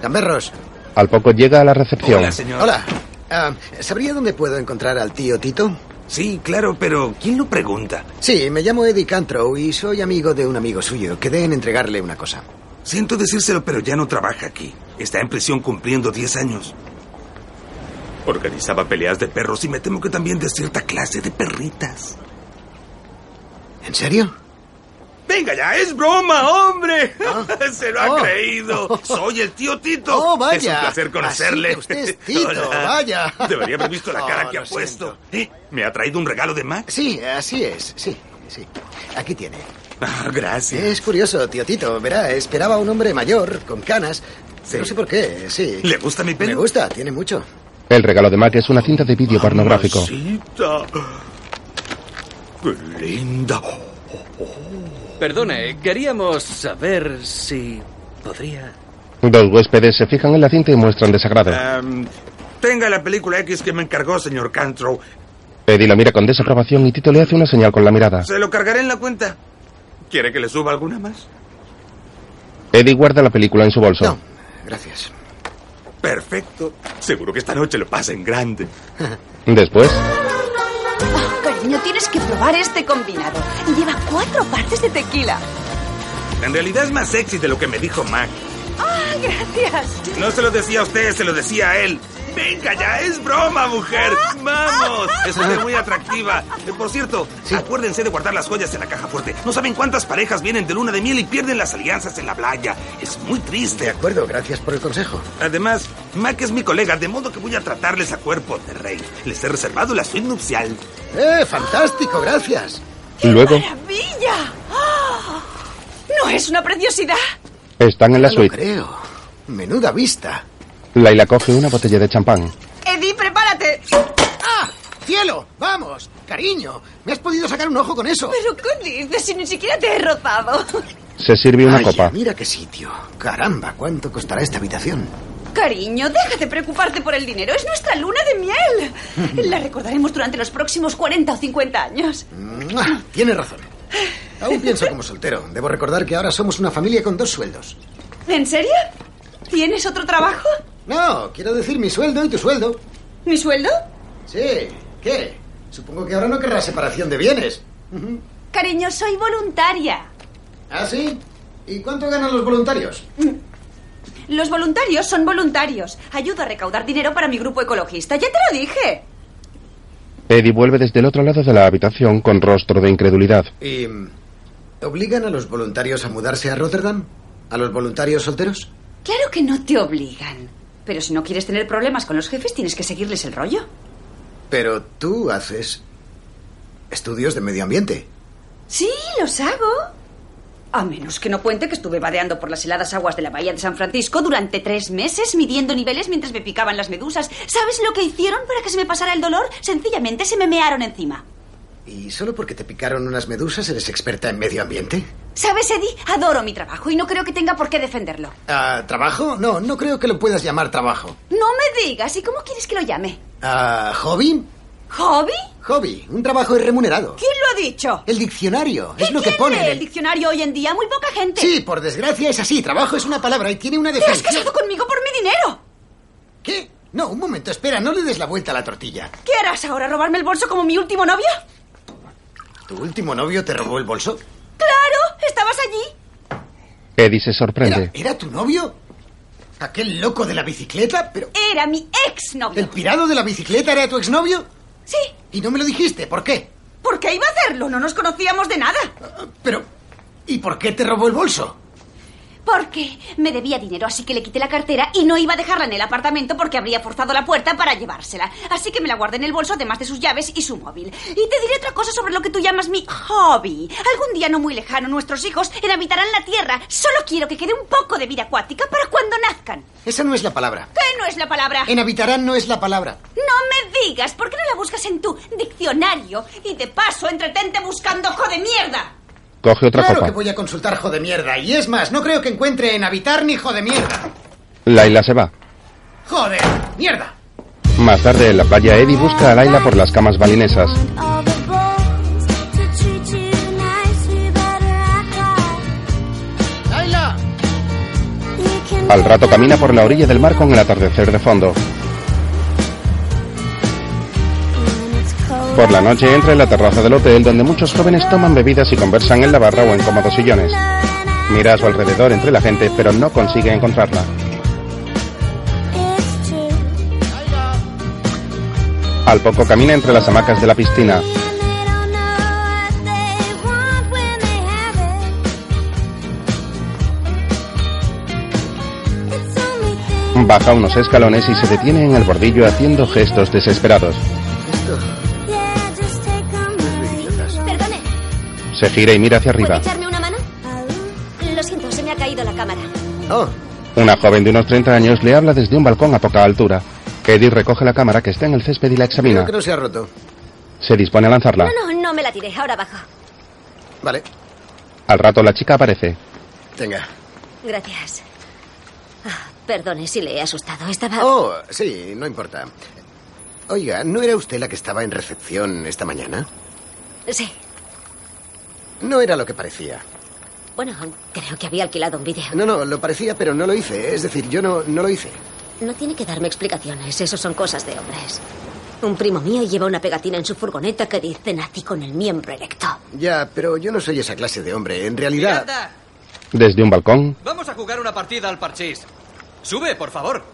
Gamberros.
Al poco llega a la recepción.
Hola. Ah, ¿Sabría dónde puedo encontrar al tío Tito?
Sí, claro, pero ¿quién lo pregunta?
Sí, me llamo Eddie Cantrow y soy amigo de un amigo suyo. Quedé en entregarle una cosa.
Siento decírselo, pero ya no trabaja aquí. Está en prisión cumpliendo 10 años. Organizaba peleas de perros y me temo que también de cierta clase de perritas.
¿En serio?
Venga ya, es broma, hombre. Se lo ha creído. Soy el tío Tito.
Ah. Oh, vaya.
Es un placer conocerle.
Así que usted es Tito, vaya.
Debería haber visto la cara
Oh,
que ha
lo
puesto. ¿Eh? ¿Me ha traído un regalo de Max?
Sí, así es. Sí, sí. Aquí tiene.
Ah, gracias.
Es curioso, tío Tito. Verá, esperaba a un hombre mayor, con canas. No sé por qué, sí.
¿Le gusta mi pelo?
Me gusta, tiene mucho.
El regalo de Mac es una cinta de vídeo pornográfico.
Ah.
Tita. Qué linda.
Perdone, queríamos saber si podría.
Dos huéspedes se fijan en la cinta y muestran desagrado.
Em, tenga la película X que me encargó, señor Cantrow.
Eddie lo mira con desaprobación y Tito le hace una señal con la
Ah.
mirada.
Se lo cargaré en la cuenta. ¿Quiere que le suba alguna más?
Eddie guarda la película en su bolso.
Gracias.
Perfecto. Seguro que esta noche lo pasen grande.
Después,
Oh,
Cariño, tienes que probar este combinado. Lleva cuatro partes de tequila.
En realidad es más sexy de lo que me dijo Mac.
¡Ah, gracias!
No se lo decía a usted, se lo decía a él. Venga ya, es broma, mujer. Vamos. Es usted muy atractiva. Eh, Por cierto, acuérdense de guardar las joyas en la caja fuerte. No saben cuántas parejas vienen de luna de miel y pierden las alianzas en la playa. Es muy triste.
De acuerdo, gracias por el consejo.
Además, Mac es mi colega, de modo que voy a tratarles a cuerpo de rey. Les he reservado la suite nupcial.
¡Eh, fantástico! Gracias.
luego,
¡Maravilla! ¡Ah! ¿No es una preciosidad?
están en la
No
suite.
creo. Menuda vista.
Laila coge una botella de champán.
Eddie, prepárate.
¡Ah! ¡Cielo! ¡Vamos! ¡Cariño! ¡Me has podido sacar un ojo con eso!
¿Pero qué dices si ni siquiera te he rozado?
Se sirve una
Vaya,
copa.
Mira qué sitio. Caramba, ¿cuánto costará esta habitación?
Cariño, deja de preocuparte por el dinero. Es nuestra luna de miel. La recordaremos durante los próximos 40 o 50 años.
¡Mua! Tienes razón. Aún pienso como soltero. Debo recordar que ahora somos una familia con dos sueldos.
¿En serio? ¿Tienes otro trabajo?
No, quiero decir mi sueldo y tu sueldo.
¿Mi sueldo?
Sí, ¿qué? Supongo que ahora no querrá separación de bienes. Ujú.
Cariño, soy voluntaria.
¿Ah, sí? ¿Y cuánto ganan los voluntarios?
Mm.
Los voluntarios son voluntarios. Ayudo a recaudar dinero para mi grupo ecologista. Ya te lo dije.
Eddie vuelve desde el otro lado de la habitación con rostro de incredulidad.
¿Y mm, obligan a los voluntarios a mudarse a Rotterdam? ¿A los voluntarios solteros?
Claro que no te obligan. Pero si no quieres tener problemas con los jefes, tienes que seguirles el rollo.
Pero tú haces estudios de medio ambiente.
Sí, los hago. A menos que no cuente que estuve vadeando por las heladas aguas de la bahía de San Francisco durante tres meses midiendo niveles mientras me picaban las medusas. ¿Sabes lo que hicieron para que se me pasara el dolor? Sencillamente se me mearon encima.
¿Y solo porque te picaron unas medusas eres experta en medio ambiente?
¿Sabes, Eddie? Adoro mi trabajo y no creo que tenga por qué defenderlo.
Ah, ¿Trabajo? No, no creo que lo puedas llamar trabajo.
No me digas, ¿y cómo quieres que lo llame?
Ah, ¿Hobby?
¿Hobby?
Hobby, un trabajo irremunerado.
¿Quién lo ha dicho?
El diccionario, es lo que
¿Quién
pone en
lee
el
el diccionario hoy en día? Muy poca gente.
Sí, por desgracia es así. Trabajo es una palabra y tiene una
Te has
definición.
casado conmigo por mi dinero.
¿Qué? No, un momento, espera, no le des la vuelta a la tortilla.
¿Qué harás ahora? ¿Robarme el bolso como mi último novio?
¿Tu último novio te robó el bolso?
¡Claro! ¡Estabas allí!
Eddie se sorprende.
¿Era tu novio? ¿Aquel loco de la bicicleta? ¿Pero
Era mi exnovio.
el pirado de la bicicleta era tu exnovio?
Sí.
¿Y no me lo dijiste? ¿Por qué? Ah,
¿Por qué iba a hacerlo? No nos conocíamos de nada.
Pero, ¿y por qué te robó el bolso?
Porque me debía dinero, así que le quité la cartera y no iba a dejarla en el apartamento porque habría forzado la puerta para llevársela. Así que me la guardé en el bolso, además de sus llaves y su móvil. Y te diré otra cosa sobre lo que tú llamas mi hobby. Algún día no muy lejano, nuestros hijos habitarán la Tierra. Solo quiero que quede un poco de vida acuática para cuando nazcan.
Esa no es la palabra.
¿Qué no es la palabra?
En habitarán no es la palabra.
No me digas, ¿por qué no la buscas en tu diccionario? Y de paso, entretente buscando ojo de mierda.
Coge otra
claro que
copa.
voy a consultar jo de mierda. Y es más, no creo que encuentre en habitar ni jo de mierda.
Laila se va.
Joder, mierda.
Más tarde en la playa, Eddie busca a Laila por las camas balinesas.
¡Laila!
Al rato camina por la orilla del mar con el atardecer de fondo. Por la noche entra en la terraza del hotel donde muchos jóvenes toman bebidas y conversan en la barra o en cómodos sillones. Mira a su alrededor entre la gente, pero no consigue encontrarla. Al poco camina entre las hamacas de la piscina. Baja unos escalones y se detiene en el bordillo haciendo gestos desesperados.
Perdone,
Se gira y mira hacia
¿puede
arriba.
echarme una mano? Lo siento, se me ha caído la cámara.
Ah,
Una joven de unos 30 años le habla desde un balcón a poca altura. Eddie recoge la cámara que está en el césped y la examina.
Creo que no se ha roto.
Se dispone a lanzarla.
No, no, no me la tiré. Ahora bajo.
Vale,
Al rato la chica aparece.
tenga.
Gracias. Ah, perdone si le he asustado. Estaba.
Oh, sí, no importa. Oiga, ¿no era usted la que estaba en recepción esta mañana?
Sí.
No era lo que parecía.
Bueno, creo que había alquilado un vídeo.
No, no, lo parecía, pero no lo hice. Es decir, yo no, no lo hice.
No tiene que darme explicaciones, eso son cosas de hombres. Un primo mío lleva una pegatina en su furgoneta que dice nací con el miembro erecto.
Ya, pero yo no soy esa clase de hombre. En realidad...
Desde un balcón,
Vamos a jugar una partida al parchís. Sube, por favor.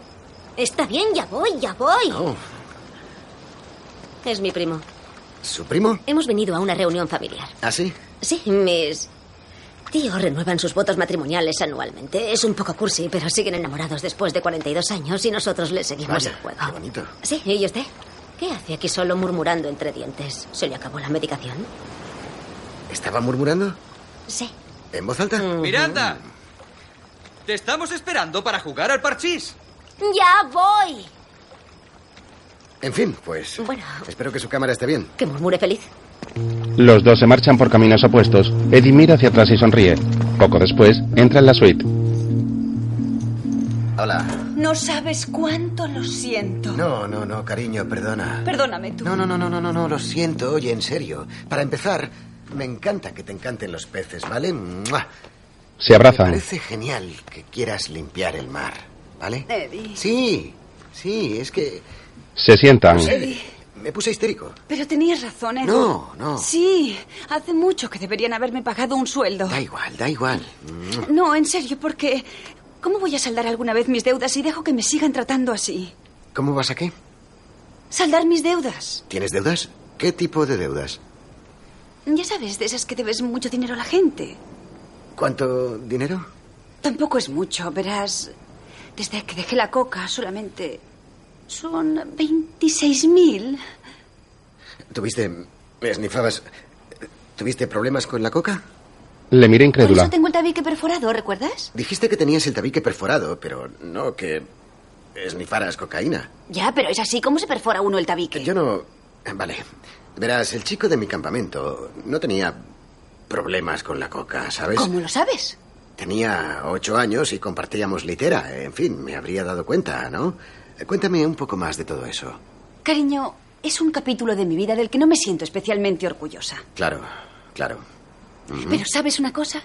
Está bien, ya voy, ya voy. Es mi primo.
¿Su primo?
Hemos venido a una reunión familiar.
¿Ah, sí?
Sí, mis tíos renuevan sus votos matrimoniales anualmente. Es un poco cursi, pero siguen enamorados después de 42 años y nosotros les seguimos
Vaya,
el juego.
qué bonito.
Sí, ¿y usted? ¿Qué hace aquí solo murmurando entre dientes? ¿Se le acabó la medicación?
¿Estaba murmurando?
Sí.
¿En voz alta?
Miranda. Te estamos esperando para jugar al parchís.
Ya voy.
En fin, pues...
Bueno.
Espero que su cámara esté bien.
Que murmure feliz.
los dos se marchan por caminos opuestos. Eddie mira hacia atrás y sonríe. Poco después, entra en la suite.
Hola.
No sabes cuánto lo siento.
No, no, no, cariño, perdona.
Perdóname tú.
No, no, no, no, no, no, no, lo siento, oye, en serio. Para empezar, me encanta que te encanten los peces, ¿vale? ¡Mua!
Se
Me
abrazan.
parece genial que quieras limpiar el
Eh,
mar, ¿vale?
Eddie.
Sí, sí, es que...
Se sientan.
no sé, Me puse histérico.
Pero tenías razón, Ed.
No, no.
Sí, hace mucho que deberían haberme pagado un sueldo.
Da igual, da igual.
No, en serio, porque... ¿Cómo voy a saldar alguna vez mis deudas si dejo que me sigan tratando así?
¿Cómo vas a qué?
Saldar mis deudas.
¿Tienes deudas? ¿Qué tipo de deudas?
Ya sabes, de esas que debes mucho dinero a la gente.
¿Cuánto dinero?
Tampoco es mucho, verás. Desde que dejé la coca solamente... Son 26.000.
¿Tuviste... me esnifabas... ¿Tuviste problemas con la coca?
Le miré
Por eso
incrédula.
tengo el tabique perforado, ¿recuerdas?
Dijiste que tenías el tabique perforado, pero no que esnifaras cocaína. Eh,
Ya, pero es así. ¿Cómo se perfora uno el tabique?
Yo no... Vale. Verás, el chico de mi campamento no tenía problemas con la coca, ¿sabes?
¿Cómo lo sabes?
Tenía ocho años y compartíamos litera. En fin, me habría dado cuenta, ¿no? Cuéntame un poco más de todo eso.
Cariño, es un capítulo de mi vida del que no me siento especialmente orgullosa.
Claro, claro. Ujú.
Pero ¿sabes una cosa?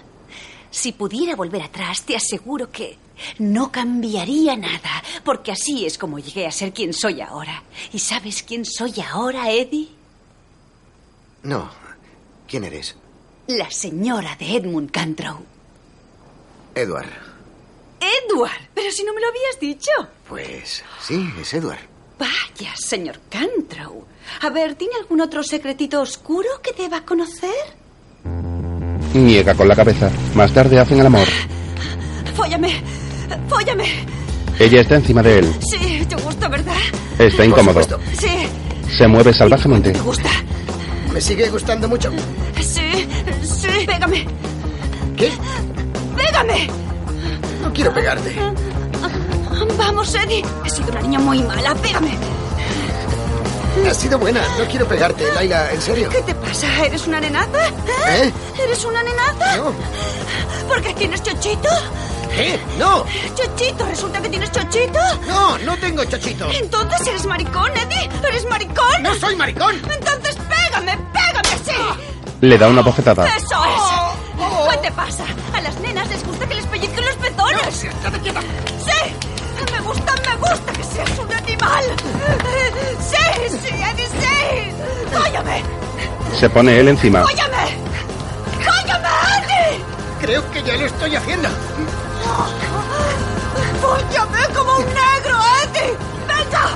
Si pudiera volver atrás, te aseguro que no cambiaría nada, porque así es como llegué a ser quien soy ahora. ¿Y sabes quién soy ahora, Eddie?
No. ¿Quién eres?
La señora de Edmund Cantrow.
Edward.
Edward, pero si no me lo habías dicho.
Pues sí, es Edward.
Vaya, señor Cantrow. A ver, ¿tiene algún otro secretito oscuro que deba conocer?
Niega con la cabeza. Más tarde hacen el amor.
Fóllame, fóllame.
Ella está encima de él.
Sí, te gusta, ¿verdad?
Está incómodo.
Sí,
Se mueve salvajemente.
te gusta.
Me sigue gustando mucho.
Sí, sí. Pégame.
¿Qué?
¡Pégame!
No quiero pegarte.
Vamos, Eddie. He sido una niña muy mala. Pégame.
Has sido buena. No quiero pegarte, Laila, en serio.
¿Qué te pasa? ¿Eres una nenata?
¿Eh?
¿Eres una nenata?
No.
¿Por qué tienes chochito?
¿Qué? ¡No!
¿Chochito? ¿Resulta que tienes chochito?
¡No! ¡No tengo chochito!
Entonces eres maricón, Eddie. ¿Eres maricón?
¡No soy maricón! Ah.
Entonces pégame, pégame, sí.
Le da una bofetada.
¡Eso es! ¿Qué te pasa? A las nenas les gusta que les pellizquen los pezones. ¡No, estate quieta! ¡Sí! ¡Me gusta, me gusta que seas un animal! ¡Sí, sí, Eddie, sí! ¡Cóllame!
Se pone él encima.
¡Cóllame! ¡Cóllame, Eddie!
Creo que ya lo estoy haciendo.
¡Cóllame como un negro, Eddie! ¡Venga!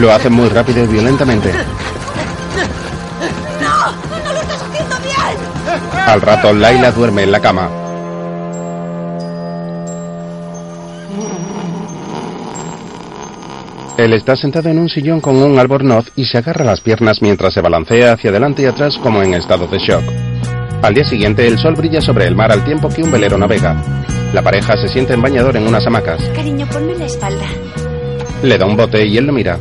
Lo hace muy rápido y violentamente.
¡No! ¡No lo estás haciendo bien!
Al rato, Laila duerme en la cama. Él está sentado en un sillón con un albornoz y se agarra las piernas mientras se balancea hacia adelante y atrás como en estado de shock. Al día siguiente, el sol brilla sobre el mar al tiempo que un velero navega. La pareja se sienta en bañador en unas hamacas.
Cariño, ponme la espalda.
Le da un bote y él lo mira.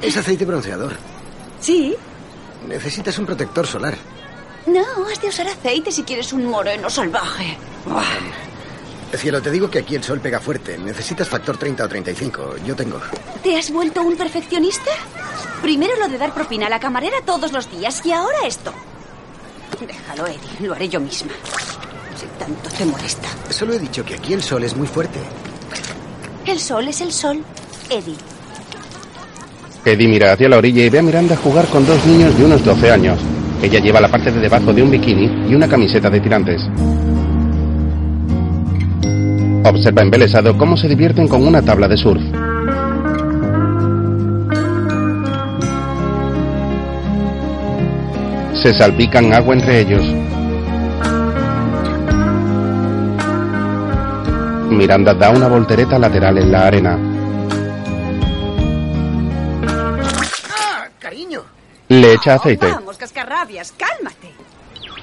Es aceite bronceador.
Sí.
Necesitas un protector solar.
No, has de usar aceite si quieres un moreno salvaje.
Eh, Cielo, te digo que aquí el sol pega fuerte. Necesitas factor 30 o 35. Yo tengo.
¿Te has vuelto un perfeccionista? Primero lo de dar propina a la camarera todos los días y ahora esto. Déjalo, Eddie, lo haré yo misma. Si tanto te molesta.
Solo he dicho que aquí el sol es muy fuerte.
El sol es el sol, Eddie.
Eddie mira hacia la orilla y ve a Miranda jugar con dos niños de unos 12 años. Ella lleva la parte de debajo de un bikini y una camiseta de tirantes. Observa embelesado cómo se divierten con una tabla de surf. Se salpican agua entre ellos. Miranda da una voltereta lateral en la arena.
¡Ah, cariño!
Le echa aceite.
Vamos, cascarrabias, cálmate.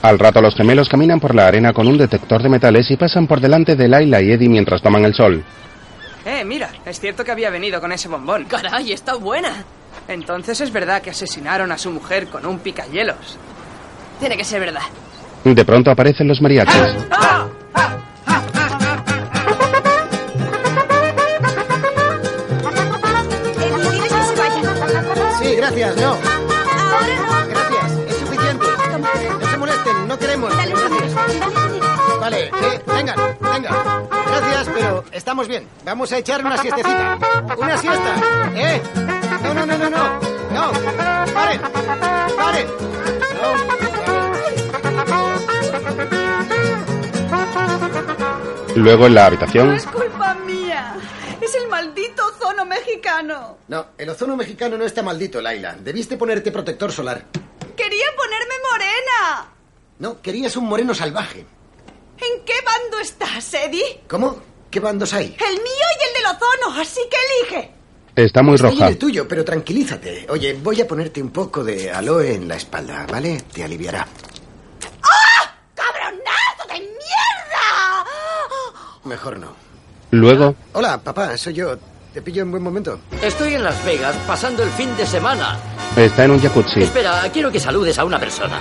Al rato los gemelos caminan por la arena con un detector de metales y pasan por delante de Laila y Eddie mientras toman el sol.
Eh, mira, es cierto que había venido con ese bombón. Caray, está buena. Entonces es verdad que asesinaron a su mujer con un picayelos. Tiene que ser verdad.
De pronto aparecen los mariachis.
¡Ah!
Eddie, dile que se vaya.
Sí, gracias, no. Gracias, es suficiente. No se molesten, no queremos. Gracias. Vale, eh, vengan, vengan. Gracias, pero estamos bien. Vamos a echar una siestecita. ¡Una siesta! ¡Eh!
No, no, no, no, no. No. Paren. Paren.
Luego en la habitación,
culpa mía. Es el maldito zono mexicano.
No, el ozono mexicano no está maldito, Laila. Debiste ponerte protector solar.
Quería ponerme morena.
No, querías un moreno salvaje.
¿En qué bando estás, Eddie?
¿Cómo? ¿Qué bandos hay?
El mío y el del ozono, así que elige.
está muy
Estoy en
roja.
el tuyo, pero tranquilízate. Oye, voy a ponerte un poco de aloe en la espalda, ¿vale? Te aliviará.
¡Ah!
¡Cabronazo de mierda!
Mejor no.
Luego,
Hola, papá, soy yo. Te pillo en buen momento.
Estoy en Las Vegas pasando el fin de semana.
está en un jacuzzi.
Espera, quiero que saludes a una persona.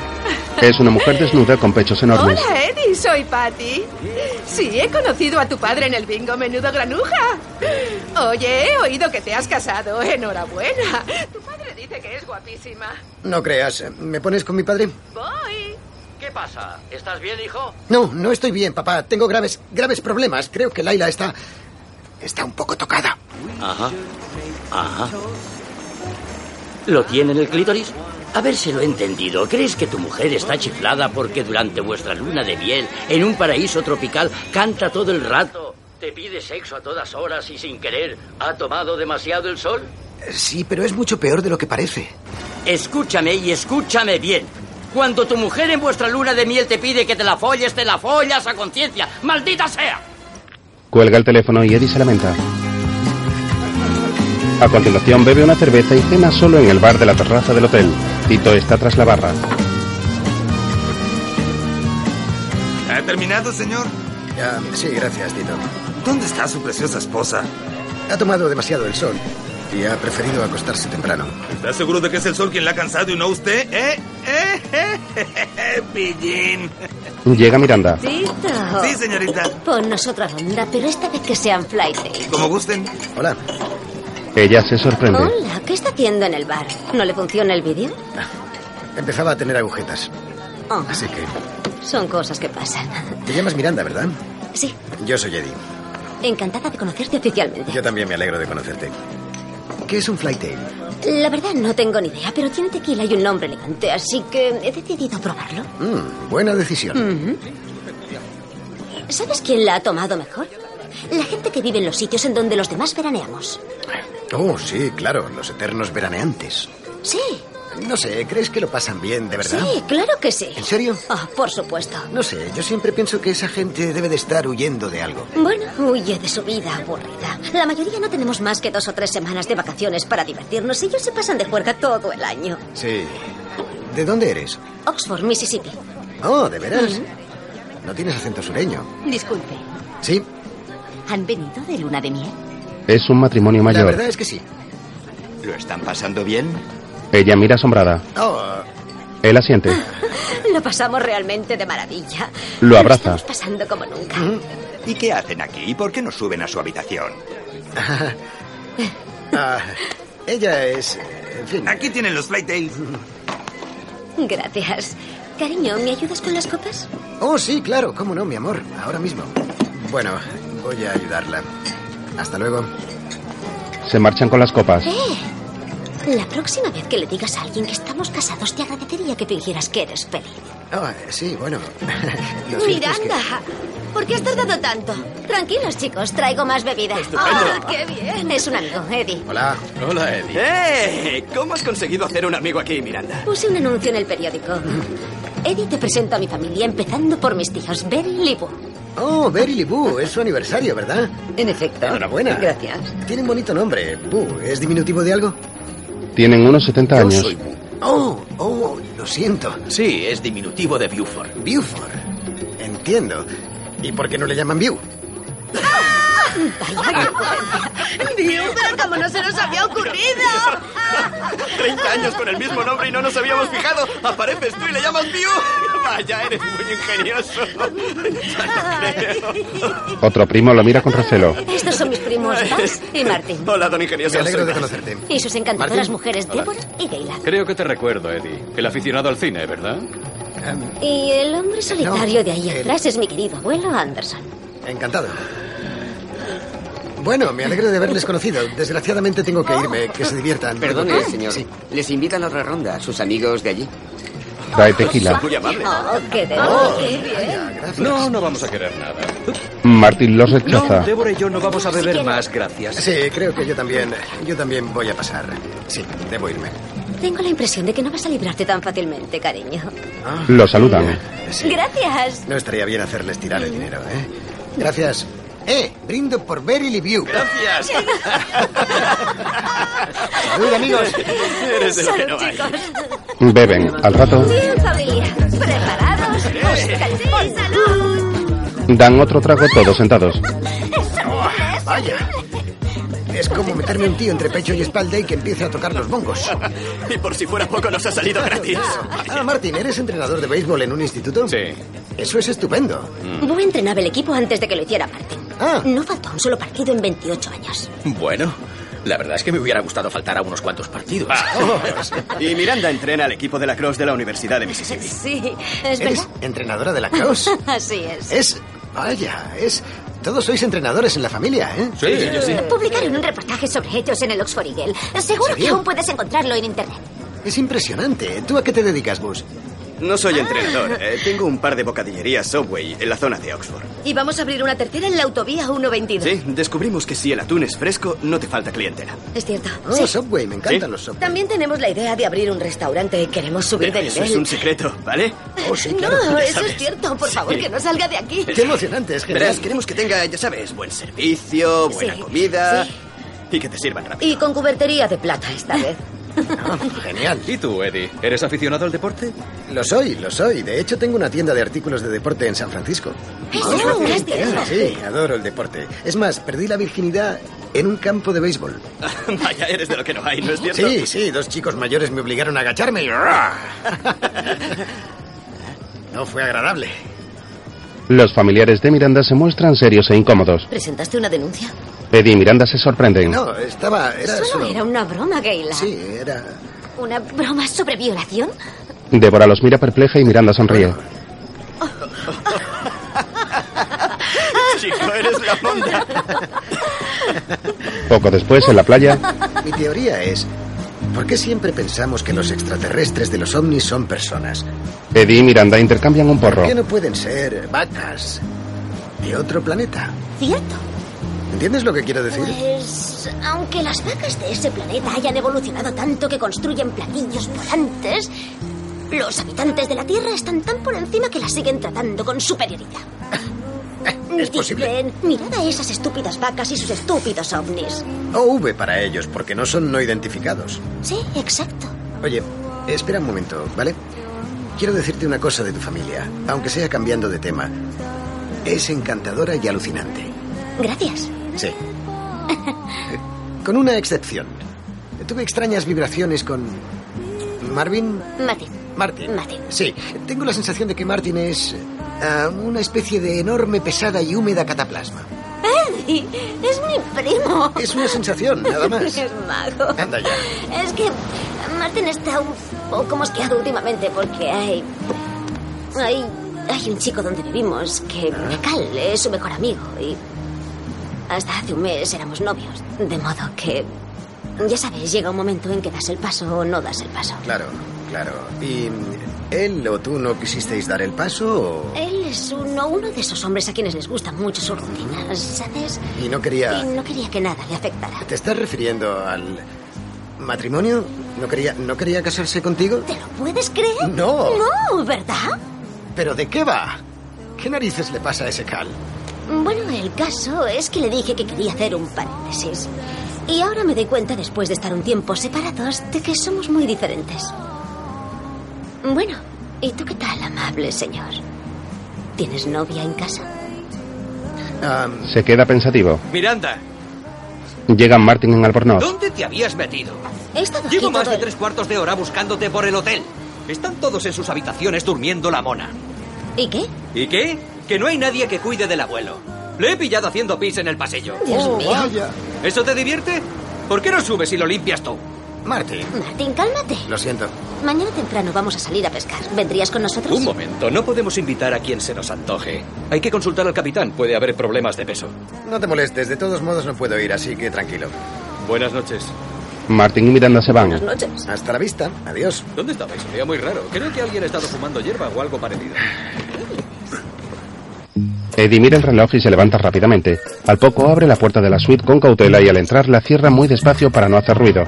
Es una mujer desnuda con pechos enormes.
Hola, Eddie, soy Patty. Sí, he conocido a tu padre en el bingo Menudo Granuja. Oye, he oído que te has casado. Enhorabuena. Tu padre dice que es guapísima.
No creas. ¿Me pones con mi padre?
Voy.
¿Qué pasa? ¿Estás bien, hijo?
No, no estoy bien, papá. Tengo graves, graves problemas. Creo que Laila está. está un poco tocada.
Ajá. Ajá. ¿Lo tiene en el clítoris? A ver si lo he entendido. ¿Crees que tu mujer está chiflada porque durante vuestra luna de miel, en un paraíso tropical, canta todo el rato, te pide sexo a todas horas y sin querer ha tomado demasiado el sol?
Sí, pero es mucho peor de lo que parece.
Escúchame y escúchame bien. Cuando tu mujer en vuestra luna de miel te pide que te la folles, te la follas a conciencia. ¡Maldita sea!
Cuelga el teléfono y Eddie se lamenta. A continuación bebe una cerveza y cena solo en el bar de la terraza del hotel. Tito está tras la barra.
¿Ha terminado, señor?
sí, gracias, Tito.
¿Dónde está su preciosa esposa?
Ha tomado demasiado el sol y ha preferido acostarse temprano.
¿Estás seguro de que es el sol quien la ha cansado y no usted? ¿Eh? ¿Eh? ¿Eh? Pillín.
Llega Miranda.
Tito.
Sí, señorita.
Ponnos otra ronda, pero esta vez que sean flight.
Como gusten.
Hola.
Ella se sorprende.
Hola, ¿qué está haciendo en el bar? ¿No le funciona el vídeo?
Empezaba a tener agujetas.
Ah.
Así que.
Son cosas que pasan.
Te llamas Miranda, ¿verdad?
Sí,
Yo soy Eddie.
encantada de conocerte oficialmente.
Yo también me alegro de conocerte. ¿Qué es un flytail?
La verdad no tengo ni idea, pero tiene tequila y un nombre elegante, así que he decidido probarlo.
Mm, buena decisión.
Ujú. ¿Sabes quién la ha tomado mejor? La gente que vive en los sitios en donde los demás veraneamos.
Oh, sí, claro, los eternos veraneantes.
Sí,
No sé, ¿crees que lo pasan bien, de verdad?
sí, claro que sí.
¿En serio?
Ah, por supuesto.
No sé, yo siempre pienso que esa gente debe de estar huyendo de algo.
Bueno, huye de su vida aburrida. La mayoría no tenemos más que dos o tres semanas de vacaciones para divertirnos. Ellos se pasan de juerga todo el año.
Sí. ¿De dónde eres?
Oxford, Mississippi.
Oh, ¿de veras? No tienes acento sureño.
Disculpe,
Sí,
¿han venido de luna de miel?
Es un matrimonio mayor.
es que sí.
¿Lo están pasando bien?
Ella mira asombrada.
Oh,
Él asiente.
Lo pasamos realmente de maravilla.
Lo abraza.
Estamos pasando como nunca.
¿Y qué hacen aquí? ¿Por qué no suben a su habitación?
ah, ella es...
eh,
En fin.
Aquí tienen los Flytails.
Gracias. Cariño, ¿me ayudas con las copas?
Oh, sí, claro, cómo no, mi amor. Ahora mismo. Bueno, voy a ayudarla. Hasta luego.
Se marchan con las copas.
Eh, la próxima vez que le digas a alguien que estamos casados, te agradecería que fingieras que eres feliz.
Oh, eh, sí, bueno. Lo cierto es que-
Miranda, ¿por qué has tardado tanto? Tranquilos, chicos, traigo más bebida. Ah, qué bien! Es un amigo, Eddie.
Hola.
Hola, Eddie. ¡Eh! ¿Cómo has conseguido hacer un amigo aquí, Miranda?
Puse un anuncio en el periódico. Eddie, te presento a mi familia, empezando por mis tíos, Berry y Libu.
Oh, Berry Lee Boo, es su aniversario, ¿verdad?
En efecto.
Enhorabuena.
Gracias.
Tiene un bonito nombre. Boo, ¿es diminutivo de algo?
Tienen unos 70 años.
Oh, oh, lo siento.
Sí, es diminutivo de Buford.
Buford. Entiendo. ¿Y por qué no le llaman View?
¡Viuda, como no se nos había ocurrido!
30 años con el mismo nombre y no nos habíamos fijado. Apareces tú y le llamas Piu. Vaya, eres muy ingenioso.
Otro primo lo mira con recelo.
Estos son mis primos Bas y Martín.
Hola, don ingenioso.
Me alegro de
conocerte.
Y sus encantadoras
Martín.
mujeres,
Hola.
Débora y Gayla.
Creo que te recuerdo, Eddie. El aficionado al cine, ¿verdad?
Y el hombre solitario de ahí atrás es mi querido abuelo Anderson.
Encantado. Bueno, me alegro de haberles conocido. Desgraciadamente tengo que irme. Que se diviertan.
Perdone, señor. Les invitan a otra ronda, sus amigos de allí. Ah.
Trae tequila.
Muy amable.
Ah,
Oh, qué
Oh,
No, no vamos a querer nada.
Martín los
No,
rechaza.
Débora y yo no vamos a beber más,
gracias. Sí, creo que yo también. Yo también voy a pasar. Sí, debo irme.
Tengo la impresión de que no vas a librarte tan fácilmente, cariño.
Lo saludan.
Gracias.
No estaría bien hacerles tirar el dinero, ¿eh? Gracias. Eh, brindo por Berry View. Gracias. Salud, amigos.
Eres de lo que no hay.
Beben. Al rato
Bien, familia. ¿Preparados? ¡Salud! ¡Salud!
dan otro trago todos sentados.
Vaya. Es como meterme un tío entre pecho y espalda y que empiece a tocar los bongos.
Y por si fuera poco, nos ha salido gratis.
Ah, Martín, ¿eres entrenador de béisbol en un instituto? Sí. Eso es estupendo.
Mm.
Boo entrenaba el equipo antes de que lo hiciera Martin. No faltó un solo partido en 28 años.
Bueno, la verdad es que me hubiera gustado faltar a unos cuantos partidos. pues,
Y Miranda entrena al equipo de la Cross de la Universidad de Mississippi.
Sí, es verdad.
¿Eres entrenadora de la cross?
Así es.
Es. Vaya, es. Todos sois entrenadores en la familia, ¿eh?
Publicaron un reportaje sobre ellos en el Oxford Eagle. Seguro
¿En
que
serio?
aún puedes encontrarlo en internet.
Es impresionante. ¿Tú a qué te dedicas, Bus?
No soy entrenador. eh, tengo un par de bocadillerías Subway en la zona de Oxford.
Y vamos a abrir una tercera en la autovía 122.
Sí, descubrimos que si el atún es fresco, no te falta clientela.
Es cierto.
Ah,
Oh, Subway, me encantan los Subway.
También tenemos la idea de abrir un restaurante. Queremos subir
Pero
de
eso
nivel.
es un secreto, ¿vale?
No, eso es cierto. Por favor,
Sí.
que no salga de aquí.
emocionante, es
genial.
Verás, queremos que tenga, ya sabes, buen servicio, buena
Sí,
comida y que te sirvan rápido.
Y con cubertería de plata esta vez.
Genial.
¿Y tú, Eddie? ¿Eres aficionado al deporte?
Lo soy, lo soy. De hecho, tengo una tienda de artículos de deporte en San Francisco.
¿En serio?
Sí,
¿Una tienda?
Sí, adoro el deporte. Es más, perdí la virginidad en un campo de béisbol.
Vaya, eres de lo que no hay, ¿no es cierto?
Sí, sí, dos chicos mayores me obligaron a agacharme y... No fue agradable.
Los familiares de Miranda se muestran serios e incómodos.
¿Presentaste una denuncia?
Eddie y Miranda se sorprenden.
No, estaba... Era
Solo
solo...
era una broma, Gayla.
Sí, era...
¿Una broma sobre violación?
Débora los mira perpleja y Miranda sonríe.
Chico, eres la monda.
Poco después, en la playa,
Mi teoría es... ¿Por qué siempre pensamos que los extraterrestres de los ovnis son personas?
Eddie y Miranda intercambian un porro.
¿Por qué no pueden ser vacas de otro planeta?
Cierto.
¿Entiendes lo que quiero decir?
Pues, aunque las vacas de ese planeta hayan evolucionado tanto que construyen platillos volantes, los habitantes de la Tierra están tan por encima que las siguen tratando con superioridad.
es posible.
Dicen, mirad a esas estúpidas vacas y sus estúpidos ovnis.
OV para ellos, porque no son no identificados.
Sí, exacto.
Oye, espera un momento, ¿vale? Quiero decirte una cosa de tu familia, aunque sea cambiando de tema. Es encantadora y alucinante.
Gracias.
Sí. Con una excepción. Tuve extrañas vibraciones con... Marvin.
Martín.
Martin. Sí, tengo la sensación de que Martin es ah, una especie de enorme, pesada y húmeda cataplasma.
Eddie, es mi primo.
Es una sensación, nada más.
Es mago.
Anda ya.
Es que Martin está un poco mosqueado últimamente porque hay. Hay. Hay un chico donde vivimos que
Ah.
Cal es su mejor amigo y. Hasta hace un mes éramos novios. De modo que. Ya sabes, llega un momento en que das el paso o no das el paso.
Claro, claro. ¿Y él o tú no quisisteis dar el paso o-
Él es uno, uno de esos hombres a quienes les gusta mucho su rutina, ¿sabes?
y no quería...
Y no quería que nada le afectara.
¿Te estás refiriendo al matrimonio? ¿No quería, no quería casarse contigo?
¿Puedes creer?
No.
No, ¿verdad?
¿Pero de qué va? ¿Qué narices le pasa a ese Cal?
Bueno, el caso es que le dije que quería hacer un paréntesis. Y ahora me doy cuenta, después de estar un tiempo separados, de que somos muy diferentes. Bueno, ¿y tú qué tal, amable señor? ¿Tienes novia en casa?
Se queda pensativo.
Miranda,
Llegan Martin en Albornoz.
¿dónde te habías metido?
He estado
Llevo
aquí
más
todo
de
el-
tres cuartos de hora buscándote por el hotel. Están todos en sus habitaciones durmiendo la mona.
¿Y qué?
¿Y qué? Que no hay nadie que cuide del abuelo. Le he pillado
Oh,
haciendo pis en el pasillo. Oh,
Dios mío.
¿Eso te divierte? ¿Por qué no subes y lo limpias tú?
Marty.
Martín, cálmate.
Lo siento.
Mañana temprano vamos a salir a pescar. ¿Vendrías con nosotros?
Un momento, no podemos invitar a quien se nos antoje. Hay que consultar al capitán, puede haber problemas de peso.
No te molestes, de todos modos no puedo ir, así que tranquilo.
Buenas noches.
Martin y Miranda se van.
noches. Hasta la vista. Adiós.
¿Dónde estabais? Sería muy raro. Creo que alguien ha estado fumando hierba o algo parecido.
Eddie mira el reloj y se levanta rápidamente. Al poco abre la puerta de la suite con cautela y al entrar la cierra muy despacio para no hacer ruido.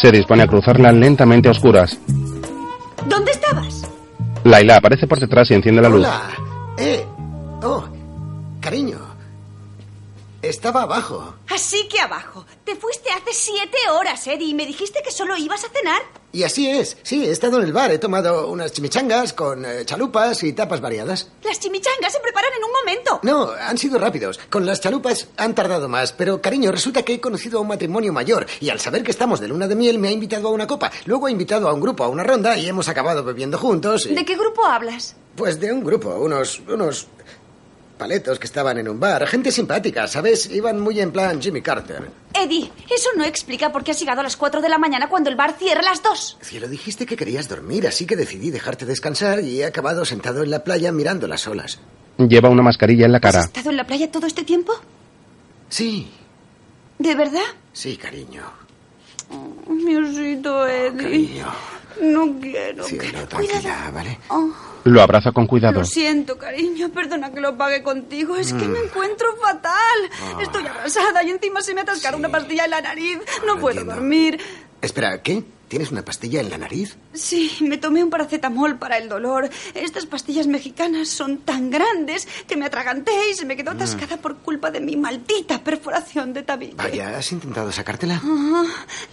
Se dispone a cruzarla lentamente a oscuras.
¿Dónde estabas?
Laila aparece por detrás y enciende la luz.
Hola. Eh. Oh, cariño. Estaba abajo.
Así que abajo. Te fuiste hace siete horas, Eddie, y me dijiste que solo ibas a cenar.
Y así es. Sí, he estado en el bar. He tomado unas chimichangas con eh, chalupas y tapas variadas.
Las chimichangas se preparan en un momento.
No, han sido rápidos. Con las chalupas han tardado más. Pero, cariño, resulta que he conocido a un matrimonio mayor. Y al saber que estamos de luna de miel, me ha invitado a una copa. Luego ha invitado a un grupo a una ronda y hemos acabado bebiendo juntos. y-
¿De qué grupo hablas?
Pues de un grupo, unos. unos. paletos que estaban en un bar. Gente simpática, ¿sabes? Iban muy en plan Jimmy Carter.
Eddie, eso no explica por qué has llegado a las cuatro de la mañana cuando el bar cierra a las dos.
Cielo, dijiste que querías dormir, así que decidí dejarte descansar y he acabado sentado en la playa mirando las olas.
Lleva una mascarilla en la cara.
¿Has estado en la playa todo este tiempo?
Sí.
¿De verdad? Oh,
Sí, cariño.
Mi osito, Eddie. No quiero.
Cielo, tranquila, ¿vale?
Oh,
Lo abraza con cuidado.
lo siento, cariño. Perdona que lo pague contigo. Es que
Mm.
me encuentro fatal. Estoy arrasada y encima se me ha atascado una pastilla en la nariz. No puedo dormir.
Espera, ¿qué? ¿Tienes una pastilla en la nariz?
Sí, me tomé un paracetamol para el dolor. Estas pastillas mexicanas son tan grandes que me atraganté y se me quedó atascada por culpa de mi maldita perforación de tabique.
Vaya, ¿has intentado sacártela?
Ah,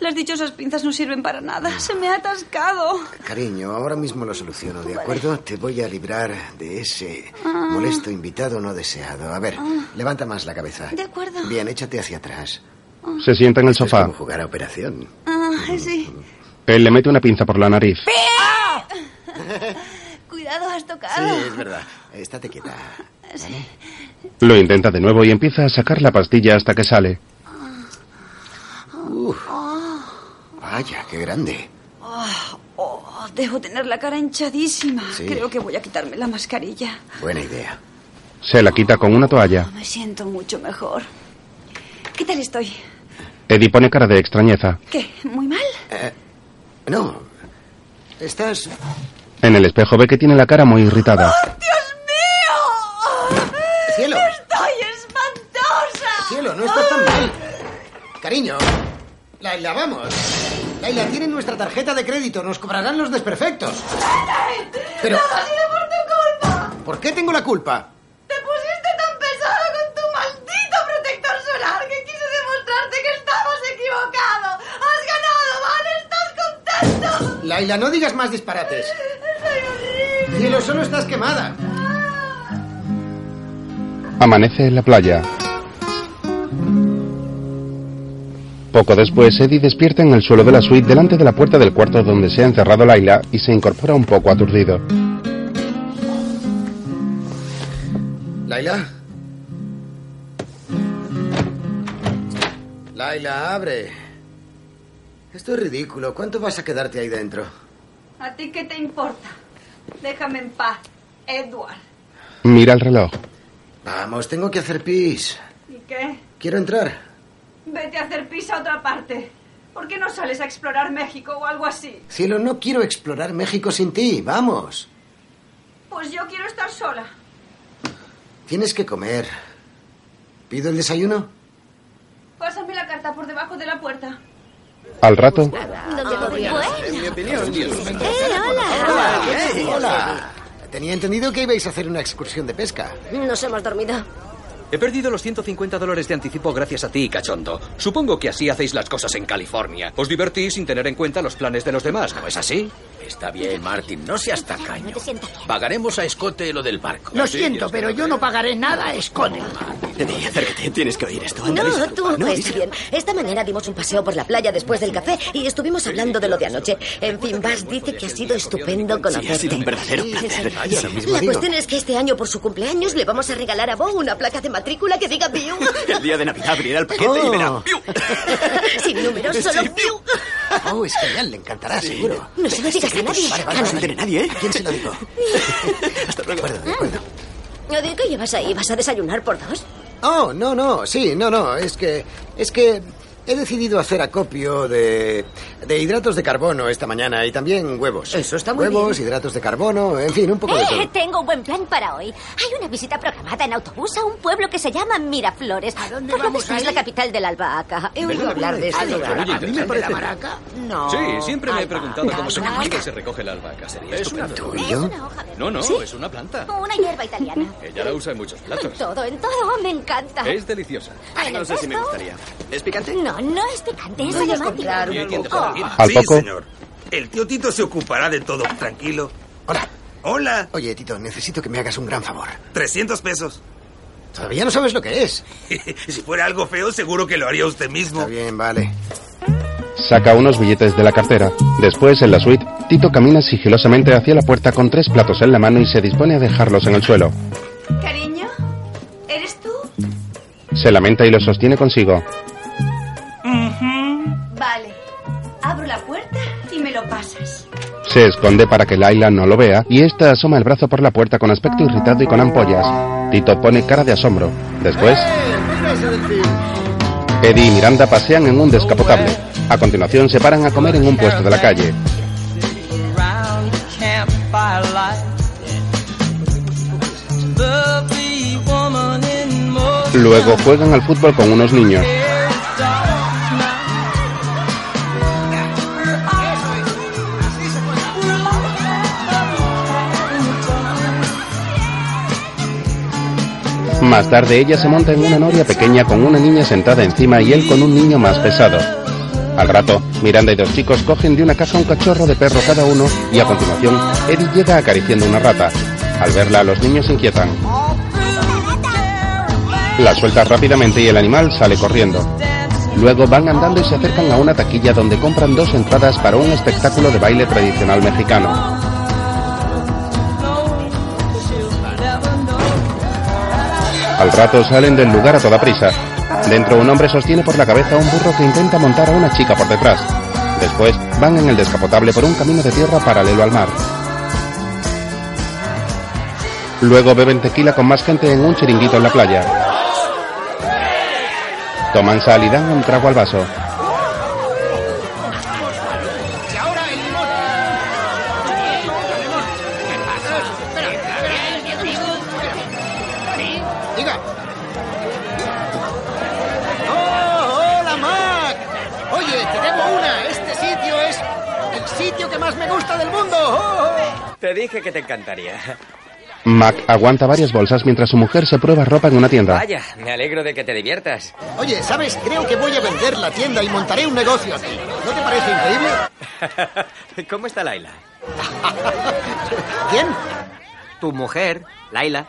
las dichosas pinzas no sirven para nada. Se me ha atascado.
Cariño, ahora mismo lo soluciono, ¿de acuerdo? Te voy a librar de ese
Ah.
molesto invitado no deseado. A ver,
Ah.
levanta más la cabeza.
De acuerdo.
Bien, échate hacia atrás.
Se sienta en el sofá.
Como jugar a operación.
Ah, sí.
Él le mete una pinza por la nariz.
Cuidado, has tocado.
Sí, es verdad. Estate quieta. ¿vale?
Lo intenta de nuevo y empieza a sacar la pastilla hasta que sale.
Uf. Vaya, qué grande.
Ah, oh, debo tener la cara hinchadísima.
Sí.
Creo que voy a quitarme la mascarilla.
Buena idea.
Se la quita con una toalla.
Me siento mucho mejor. ¿Qué tal estoy?
Eddie pone cara de extrañeza.
¿Qué? ¿Muy mal?
Eh, no. Estás.
En el espejo ve que tiene la cara muy irritada.
¡Cielo!
¡Estoy espantosa!
¡Cielo, no estás tan mal! Cariño, Laila, vamos. Laila, tienen nuestra tarjeta de crédito. Nos cobrarán los desperfectos. Pero-
¡Todo ha sido por tu culpa!
¿Por qué tengo la culpa?
¡Te pusiste tan pesado con tu maldito protector solar que quise demostrarte que estabas equivocado! ¡Has ganado, Van! ¡Estás contento!
Laila, no digas más disparates. Cielo, solo estás quemada.
Amanece en la playa. Poco después, Eddie despierta en el suelo de la suite delante de la puerta del cuarto donde se ha encerrado Laila y se incorpora un poco aturdido.
Laila. Laila, abre. Esto es ridículo. ¿Cuánto vas a quedarte ahí dentro?
¿A ti qué te importa? Déjame en paz, Edward.
Mira el reloj.
Vamos, tengo que hacer pis.
¿Y qué?
Quiero entrar.
Vete a hacer pis a otra parte. ¿Por qué no sales a explorar México o algo así?
Cielo, no quiero explorar México sin ti. Vamos.
Pues yo quiero estar sola.
Tienes que comer. ¿Pido el desayuno?
Pásame la carta por debajo de la puerta.
Al rato,
Ah,
¿Dónde
En mi opinión.
hola.
Hola. Hola. Tenía entendido que ibais a hacer una excursión de pesca.
Nos hemos dormido.
He perdido los 150 dólares de anticipo gracias a ti, cachondo. Supongo que así hacéis las cosas en California. Os divertís sin tener en cuenta los planes de los demás, ¿no es así? Está bien, Martin, no seas tacaño.
Pagaremos a Escote lo del barco.
Lo siento, pero yo no pagaré nada a Escone.
Eddie, acércate, tienes que oír esto. Anda,
No,
avisa.
tú no
avisa.
es bien. Esta mañana dimos un paseo por la playa después del café y estuvimos hablando de lo de anoche. En fin, Bass dice que ha sido estupendo
Sí,
conocerte.
ha sido un verdadero placer.
La cuestión es que este año, por su cumpleaños, le vamos a regalar a Bo una placa de
matrícula que diga Biu.
El día de Navidad abrirá el paquete y verá.
Oh. Sin número, solo Biu.
Oh, es genial, le encantará, seguro.
No se lo digas a nadie.
Vale, vale, no se entere nadie, ¿eh? ¿Quién se lo dijo? Hasta luego. De acuerdo, de acuerdo.
¿De qué llevas ahí? ¿Vas a desayunar por dos?
Oh, no, no, sí, no, no, es que... Es que he decidido hacer acopio de, de hidratos de carbono esta mañana y también huevos. Eso está
muy
Huevos, hidratos de carbono, en fin, un poco de
Eh,
todo.
tengo un buen plan para hoy. Hay una visita programada en autobús a un pueblo que se llama Miraflores. ¿A dónde
vamos a
es
ir?
la capital de la albahaca. He
oído hablar de este lugar.
Oye, interesante.
No.
Sí, siempre me he preguntado cómo se cultiva y se recoge la albahaca. Sería ¿Es estupendo. tuyo? No, no,
¿Sí?
es una planta.
Una hierba italiana.
Ella la usa en muchos
En
platos.
todo, en todo, me encanta.
Es deliciosa.
Ah, ¿en el pesto?
¿Es picante?
No, no es picante, es
Voy a
aromático.
comprar un Bien, poco. bien,
Al
sí,
poco-
señor. El tío Tito se ocupará de todo. Tranquilo. Hola. Hola.
Oye, Tito, necesito que me hagas un gran favor.
300 pesos.
Todavía no sabes lo que es.
si fuera algo feo, seguro que lo haría usted mismo. Está
bien, vale.
Saca unos billetes de la cartera. Después, en la suite, Tito camina sigilosamente hacia la puerta con tres platos en la mano y se dispone a dejarlos en el suelo.
Cariño, ¿eres tú?
Se lamenta y los sostiene consigo.
Vale. Abro la puerta y me lo pasas.
Se esconde para que Laila no lo vea y esta asoma el brazo por la puerta con aspecto irritado y con ampollas. Tito pone cara de asombro. Después, Eddie y Miranda pasean en un descapotable. A continuación se paran a comer en un puesto de la calle.
round campfire light. Lovely woman in motion.
Luego juegan al fútbol con unos niños.
Hair dark now. Her eyes were like
Más tarde ella se monta en una noria pequeña con una niña sentada encima y él con un niño más pesado. Al rato, Miranda y dos chicos cogen de una caja un cachorro de perro cada uno y a continuación Eddie llega acariciando una rata. Al verla los niños se inquietan. La suelta rápidamente y el animal sale corriendo. Luego van andando y se acercan a una taquilla donde compran dos entradas para un espectáculo de baile tradicional mexicano. Al rato salen del lugar a toda prisa. Dentro un hombre sostiene por la cabeza a un burro que intenta montar a una chica por detrás. Después van en el descapotable por un camino de tierra paralelo al mar. Luego beben tequila con más gente en un chiringuito en la playa. Toman sal y dan un trago al vaso.
Diga. ¡Oh, hola, Mac! Oye, te debo una. Este sitio es el sitio que más me gusta del mundo. ¡Oh, oh!
Te dije que te encantaría.
Mac aguanta varias bolsas mientras su mujer se prueba ropa en una tienda.
Vaya, me alegro de que te diviertas.
Oye, ¿sabes? Creo que voy a vender la tienda y montaré un negocio aquí. ¿No te parece increíble?
¿Cómo está Laila?
¿Quién?
Tu mujer, Laila.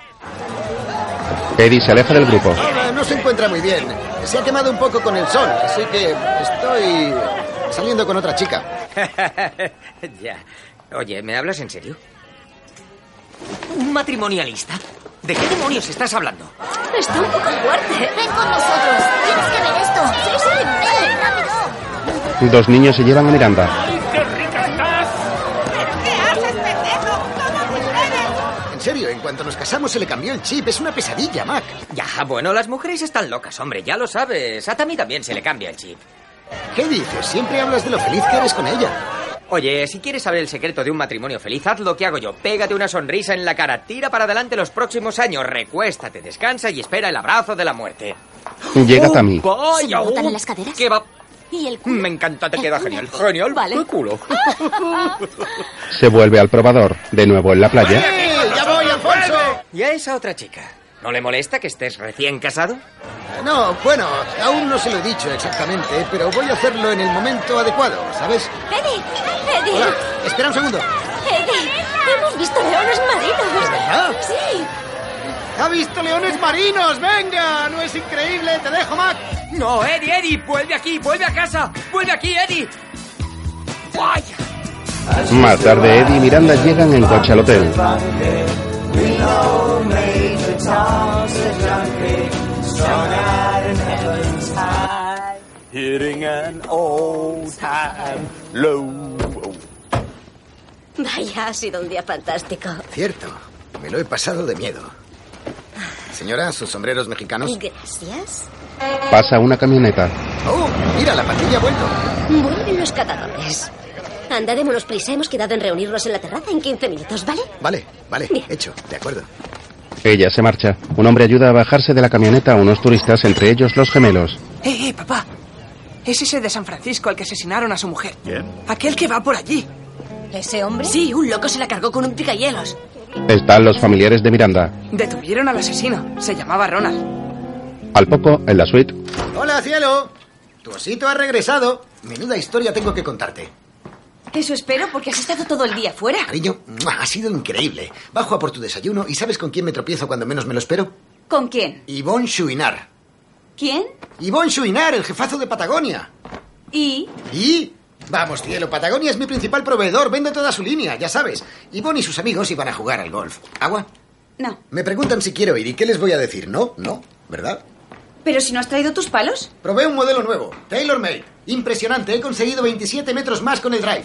Eddie se aleja del grupo.
Ahora no se encuentra muy bien. Se ha quemado un poco con el sol, así que estoy saliendo con otra chica.
ya. Oye, ¿me hablas en serio? ¿Un matrimonialista? ¿De qué demonios estás hablando?
Está un poco fuerte. Ven con nosotros. Tienes que ver esto. Sí, sí, ven, rápido.
Dos niños se llevan a Miranda.
En serio, en cuanto nos casamos se le cambió el chip. Es una pesadilla, Mac.
Ya, bueno, las mujeres están locas, hombre, ya lo sabes. A Tammy también se le cambia el chip.
¿Qué dices? Siempre hablas de lo feliz que eres con ella.
Oye, si quieres saber el secreto de un matrimonio feliz, haz lo que hago yo. Pégate una sonrisa en la cara, tira para adelante los próximos años, recuéstate, descansa y espera el abrazo de la muerte.
Llega Tammy.
¡Vaya!
¿Se me botan
uh,
en las caderas?
¡Qué va!
¿Y el culo?
Me encanta, te queda genial. Genial.
Vale.
¡Qué culo!
Se vuelve al probador. De nuevo en la playa.
¡Ya voy, Alfonso! ¿Y a esa otra chica? ¿No le molesta que estés recién casado?
No, bueno, aún no se lo he dicho exactamente, pero voy a hacerlo en el momento adecuado, ¿sabes?
Eddie, Eddie,
Hola, espera un segundo.
Eddie, hemos visto leones marinos.
verdad?
Sí.
¡Ha visto leones marinos! ¡Venga! ¡No es increíble! ¡Te dejo, Mac!
No, Eddie, Eddie, vuelve aquí, vuelve a casa, vuelve aquí, Eddie. ¡Vaya!
Más tarde Eddie y Miranda llegan en coche al hotel.
We all made
the town's a junkie, strung out in heaven's high, hitting an old time low.
Vaya, ha sido un día fantástico.
Cierto, me lo he pasado de miedo. Señora, sus sombreros mexicanos.
Gracias.
Pasa una camioneta.
Oh, mira, la patrulla ha vuelto.
Vuelven los cadáveres. Anda, démonos prisa. Hemos quedado en reunirnos en la terraza en 15 minutos, ¿vale?
Vale, vale, hecho, de acuerdo.
Ella se marcha. Un hombre ayuda a bajarse de la camioneta a unos turistas, entre ellos los gemelos.
¡Eh, eh, papá! Es ese de San Francisco al que asesinaron a su mujer. Aquel que va por allí.
¿Ese hombre? Sí, un loco se la cargó con un picayelos.
Están los familiares de Miranda.
Detuvieron al asesino. Se llamaba Ronald.
Al poco, en la suite,
Hola, cielo. Tu osito ha regresado. Menuda historia tengo que contarte.
Eso espero porque has estado todo el día fuera.
Cariño, ¡mua! ha sido increíble. Bajo a por tu desayuno y ¿sabes con quién me tropiezo cuando menos me lo espero?
¿Con quién?
Yvonne Chouinard.
¿Quién?
Yvonne Chouinard, el jefazo de Patagonia.
¿Y?
¿Y? Vamos, cielo, Patagonia es mi principal proveedor. Vende toda su línea, ya sabes. Yvonne y sus amigos iban a jugar al golf. ¿Agua?
No.
Me preguntan si quiero ir y ¿qué les voy a decir? No, no, ¿verdad?
¿Pero si no has traído tus palos?
Probé un modelo nuevo, Taylor Made. Impresionante, he conseguido 27 metros más con el drive.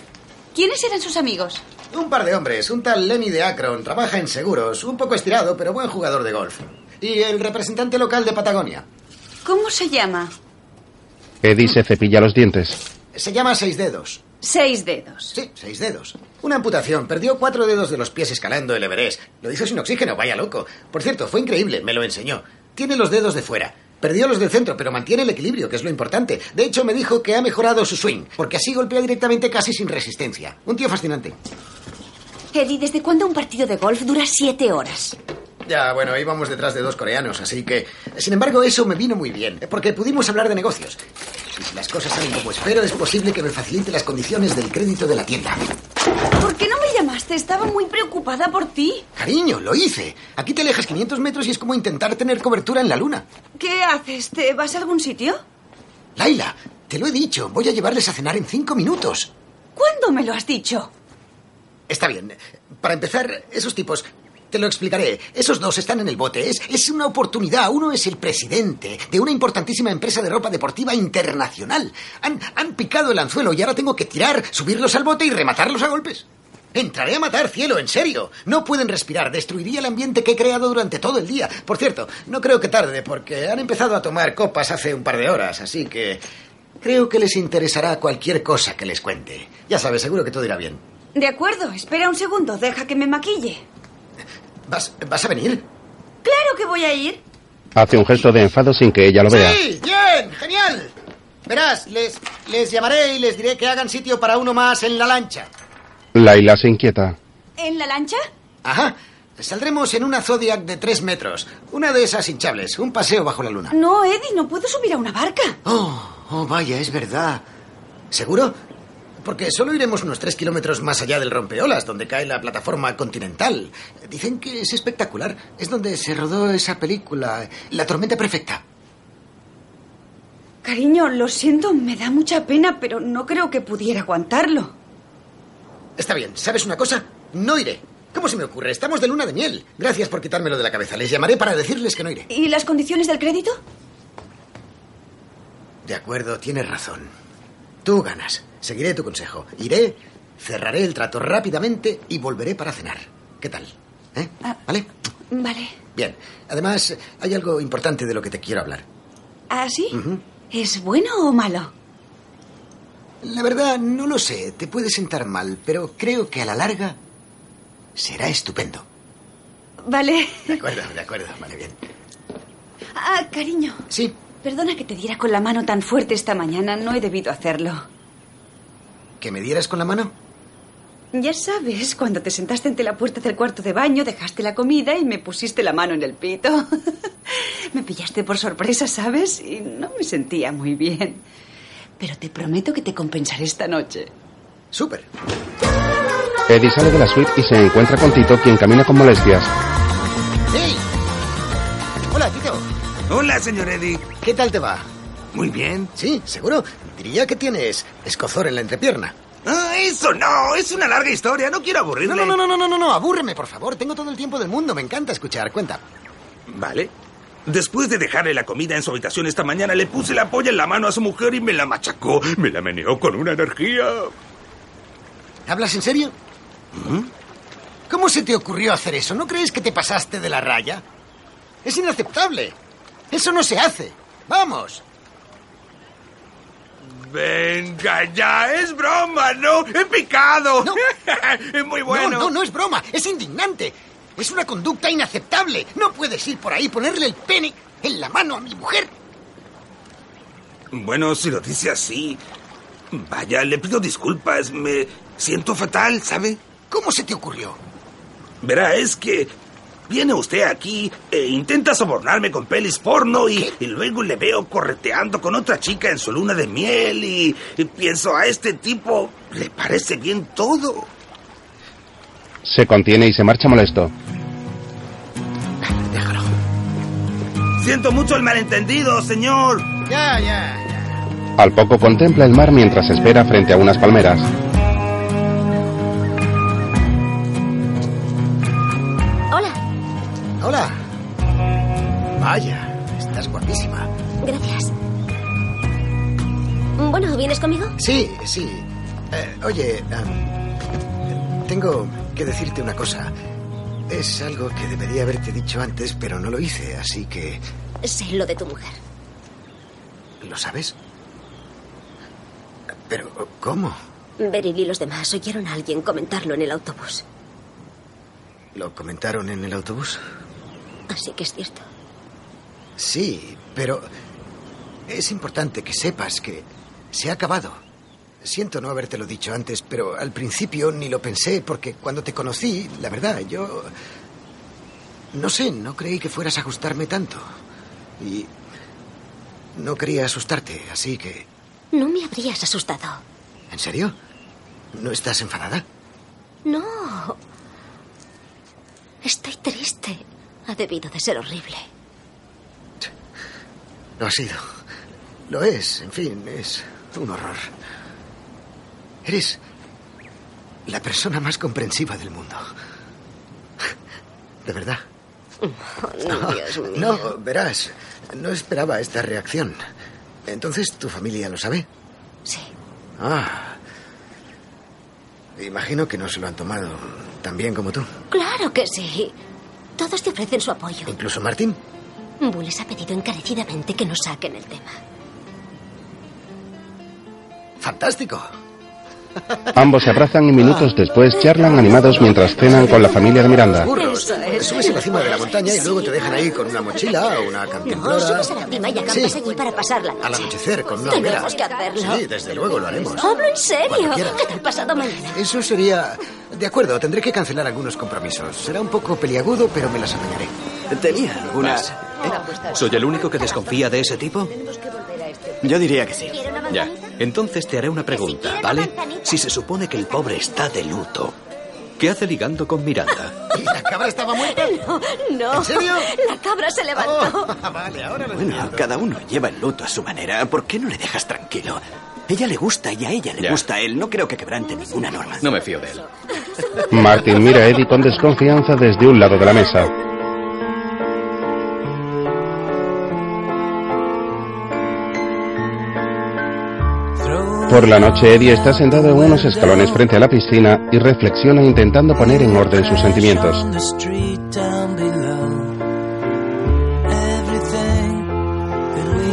¿Quiénes eran sus amigos?
Un par de hombres, un tal Lenny de Akron, trabaja en seguros, un poco estirado, pero buen jugador de golf. Y el representante local de Patagonia.
¿Cómo se llama?
Eddie se cepilla los dientes.
Se llama Seis Dedos.
Seis dedos.
Sí, seis dedos. Una amputación, perdió cuatro dedos de los pies escalando el Everest. Lo hizo sin oxígeno, vaya loco. Por cierto, fue increíble, me lo enseñó. Tiene los dedos de fuera. Perdió los del centro, pero mantiene el equilibrio, que es lo importante. De hecho, me dijo que ha mejorado su swing, porque así golpea directamente casi sin resistencia. Un tío fascinante.
Eddie, ¿desde cuándo un partido de golf dura siete horas?
Ya, bueno, íbamos detrás de dos coreanos, así que... Sin embargo, eso me vino muy bien, porque pudimos hablar de negocios. Y si las cosas salen como espero, es posible que me facilite las condiciones del crédito de la tienda.
¿Por qué no me llamaste? Estaba muy preocupada por ti.
Cariño, lo hice. Aquí te alejas 500 metros y es como intentar tener cobertura en la luna.
¿Qué haces? ¿Te vas a algún sitio?
Laila, te lo he dicho, voy a llevarles a cenar en cinco minutos.
¿Cuándo me lo has dicho?
Está bien. Para empezar, esos tipos... Te lo explicaré. Esos dos están en el bote. Es, es una oportunidad. Uno es el presidente de una importantísima empresa de ropa deportiva internacional. Han, han picado el anzuelo y ahora tengo que tirar, subirlos al bote y rematarlos a golpes. Entraré a matar, cielo, en serio. No pueden respirar. Destruiría el ambiente que he creado durante todo el día. Por cierto, no creo que tarde porque han empezado a tomar copas hace un par de horas, así que... Creo que les interesará cualquier cosa que les cuente. Ya sabes, seguro que todo irá bien.
De acuerdo, espera un segundo, deja que me maquille.
¿Vas, vas a venir?
Claro que voy a ir.
hace un gesto de enfado sin que ella lo vea.
Sí, bien, genial. Verás, les, les llamaré y les diré que hagan sitio para uno más en la lancha.
Laila se inquieta.
¿En la lancha?
Ajá. Saldremos en una Zodiac de tres metros. Una de esas hinchables. Un paseo bajo la luna.
No, Eddie, no puedo subir a una barca.
Oh, oh, vaya, es verdad. ¿Seguro? Porque solo iremos unos tres kilómetros más allá del rompeolas, donde cae la plataforma continental. Dicen que es espectacular. Es donde se rodó esa película, La tormenta perfecta.
Cariño, lo siento, me da mucha pena, pero no creo que pudiera aguantarlo.
Está bien, ¿sabes una cosa? No iré. ¿Cómo se me ocurre? Estamos de luna de miel. Gracias por quitármelo de la cabeza. Les llamaré para decirles que no iré.
¿Y las condiciones del crédito?
De acuerdo, tienes razón. Tú ganas. Seguiré tu consejo. Iré, cerraré el trato rápidamente y volveré para cenar. ¿Qué tal? ¿Eh? ¿Vale?
Vale.
Bien. Además, hay algo importante de lo que te quiero hablar.
¿Ah, sí?
Ujú.
¿Es bueno o malo?
La verdad, no lo sé. Te puede sentar mal, pero creo que a la larga será estupendo.
Vale.
De acuerdo, de acuerdo. Vale, bien.
Ah, cariño.
Sí.
Perdona que te diera con la mano tan fuerte esta mañana. No he debido hacerlo.
¿Que me dieras con la mano?
Ya sabes, cuando te sentaste ante la puerta del cuarto de baño, dejaste la comida y me pusiste la mano en el pito. me pillaste por sorpresa, ¿sabes? Y no me sentía muy bien. Pero te prometo que te compensaré esta noche.
Súper.
Eddie sale de la suite y se encuentra con Tito, quien camina con molestias.
¡Hey! Hola, Tito.
Hola, señor Eddie.
¿Qué tal te va?
Muy bien.
Sí, seguro. Diría que tienes escozor en la entrepierna.
Ah, eso no, es una larga historia, no quiero aburrirle.
No, no, no, no, no, no, no, abúrreme, por favor. Tengo todo el tiempo del mundo, me encanta escuchar. Cuenta.
¿Vale? Después de dejarle la comida en su habitación esta mañana, le puse la polla en la mano a su mujer y me la machacó. Me la meneó con una energía.
¿Hablas en serio? ¿Mm? ¿Cómo se te ocurrió hacer eso? ¿No crees que te pasaste de la raya? Es inaceptable. Eso no se hace. Vamos.
Venga ya, es broma, ¿no? He picado. es muy bueno.
No, no, no es broma. Es indignante. Es una conducta inaceptable. No puedes ir por ahí y ponerle el pene en la mano a mi mujer.
Bueno, si lo dice así. Vaya, le pido disculpas. Me siento fatal, ¿sabe?
¿Cómo se te ocurrió?
Verá, es que viene usted aquí e intenta sobornarme con pelis porno y, y luego le veo correteando con otra chica en su luna de miel y, y pienso a este tipo le parece bien todo.
Se contiene y se marcha molesto.
Siento mucho el malentendido, señor.
Ya, ya.
Al poco contempla el mar mientras espera frente a unas palmeras.
Hola,
Hola. Vaya, estás guapísima.
gracias. Bueno, ¿vienes conmigo?
Sí, sí. Eh, oye, am, tengo que decirte una cosa. Es algo que debería haberte dicho antes, pero no lo hice, así que...
Sé lo de tu mujer.
¿Lo sabes? Pero, ¿cómo?
Beryl y los demás oyeron a alguien comentarlo en el autobús.
¿Lo comentaron en el autobús?
Así que es cierto.
Sí, pero es importante que sepas que se ha acabado. Siento no habértelo dicho antes, pero al principio ni lo pensé porque cuando te conocí, la verdad, yo... No sé, no creí que fueras a gustarme tanto. Y... No quería asustarte, así que...
No me habrías asustado.
¿En serio? ¿No estás enfadada?
No. Estoy triste. Ha debido de ser horrible.
Lo ha sido. Lo es, en fin, es un horror. Eres la persona más comprensiva del mundo. De verdad.
no, Dios mío.
no, verás, no esperaba esta reacción. Entonces, ¿tu familia lo sabe?
Sí.
Ah. Imagino que no se lo han tomado tan bien como tú.
Claro que sí. Todos te ofrecen su apoyo.
Incluso Martín.
Bull les ha pedido encarecidamente que no saquen el tema.
Fantástico.
Ambos se abrazan y minutos después charlan animados mientras cenan con la familia de Miranda.
Burros. Subes a la cima de la montaña y luego te dejan ahí con una mochila o una
No,
cantimplora.
subes a la cima y acampas
Sí.
allí para pasarla.
Al anochecer, con una hoguera.
Tenemos que hacerlo.
Sí, desde luego lo haremos.
Hablo en serio.
Cuando quieras.
¿Qué tal pasado mañana?
Eso sería... De acuerdo, tendré que cancelar algunos compromisos. Será un poco peliagudo, pero me las apañaré.
Tenía algunas.
¿Eh? ¿Soy el único que desconfía de ese tipo?
Yo diría que sí.
Ya. Entonces te haré una pregunta, ¿vale? Si se supone que el pobre está de luto, ¿qué hace ligando con Miranda?
¿La cabra estaba muerta?
No, no.
¿En serio? Oh.
La cabra se levantó.
vale, ahora lo
Bueno, cada uno lleva el luto a su manera. ¿Por qué no le dejas tranquilo? Ella le gusta y a ella le gusta a él. No creo que quebrante ninguna norma.
No me fío de él.
Martin mira a Eddie con desconfianza desde un lado de la mesa. Por la noche, Eddie está sentado en unos escalones frente a la piscina y reflexiona intentando poner en orden sus sentimientos.
On the street down below. Everything that we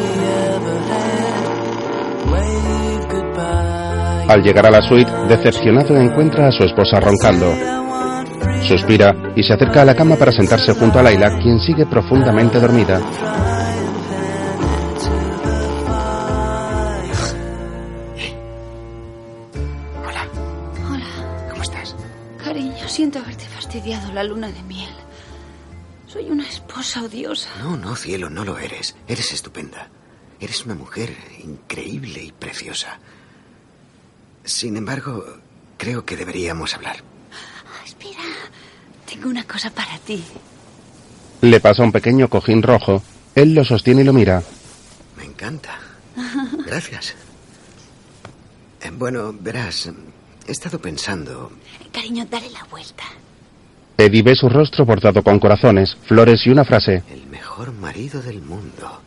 ever had. Wave goodbye.
Al llegar a la suite, decepcionado encuentra a su esposa roncando. Suspira y se acerca a la cama para sentarse junto a Laila, quien sigue profundamente dormida.
Hola,
¿Cómo estás?
cariño, siento haberte fastidiado la luna de miel. Soy una esposa odiosa.
No, no, cielo, no lo eres. Eres estupenda. Eres una mujer increíble y preciosa. Sin embargo, creo que deberíamos hablar.
Espera, tengo una cosa para ti.
Le pasa un pequeño cojín rojo. Él lo sostiene y lo mira.
Me encanta. Gracias. Eh, Bueno, verás, he estado pensando.
Cariño, dale la vuelta.
Teddy ve su rostro bordado con corazones, flores y una frase.
Mejor marido del mundo.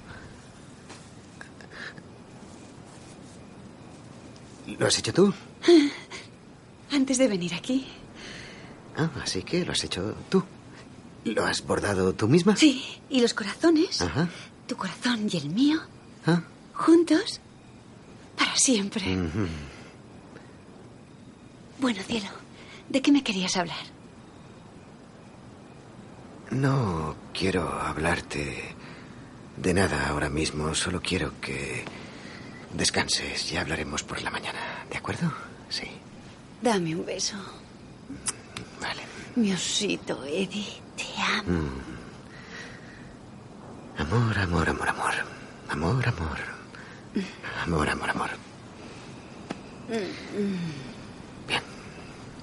¿Lo has hecho tú?
Antes de venir aquí.
Ah, así que lo has hecho tú. ¿Lo has bordado tú misma?
Sí. ¿Y los corazones?
Ajá.
Tu corazón y el mío.
Ah.
Juntos. Para siempre.
Ujú.
Bueno, cielo, ¿de qué me querías hablar?
No quiero hablarte de nada ahora mismo. Solo quiero que descanses. Ya hablaremos por la mañana. ¿De acuerdo? Sí.
Dame un beso.
Vale.
Mi osito, Eddie. Te amo.
Mm. Amor, amor, amor, amor. Amor, amor. Amor, amor, amor.
Mm,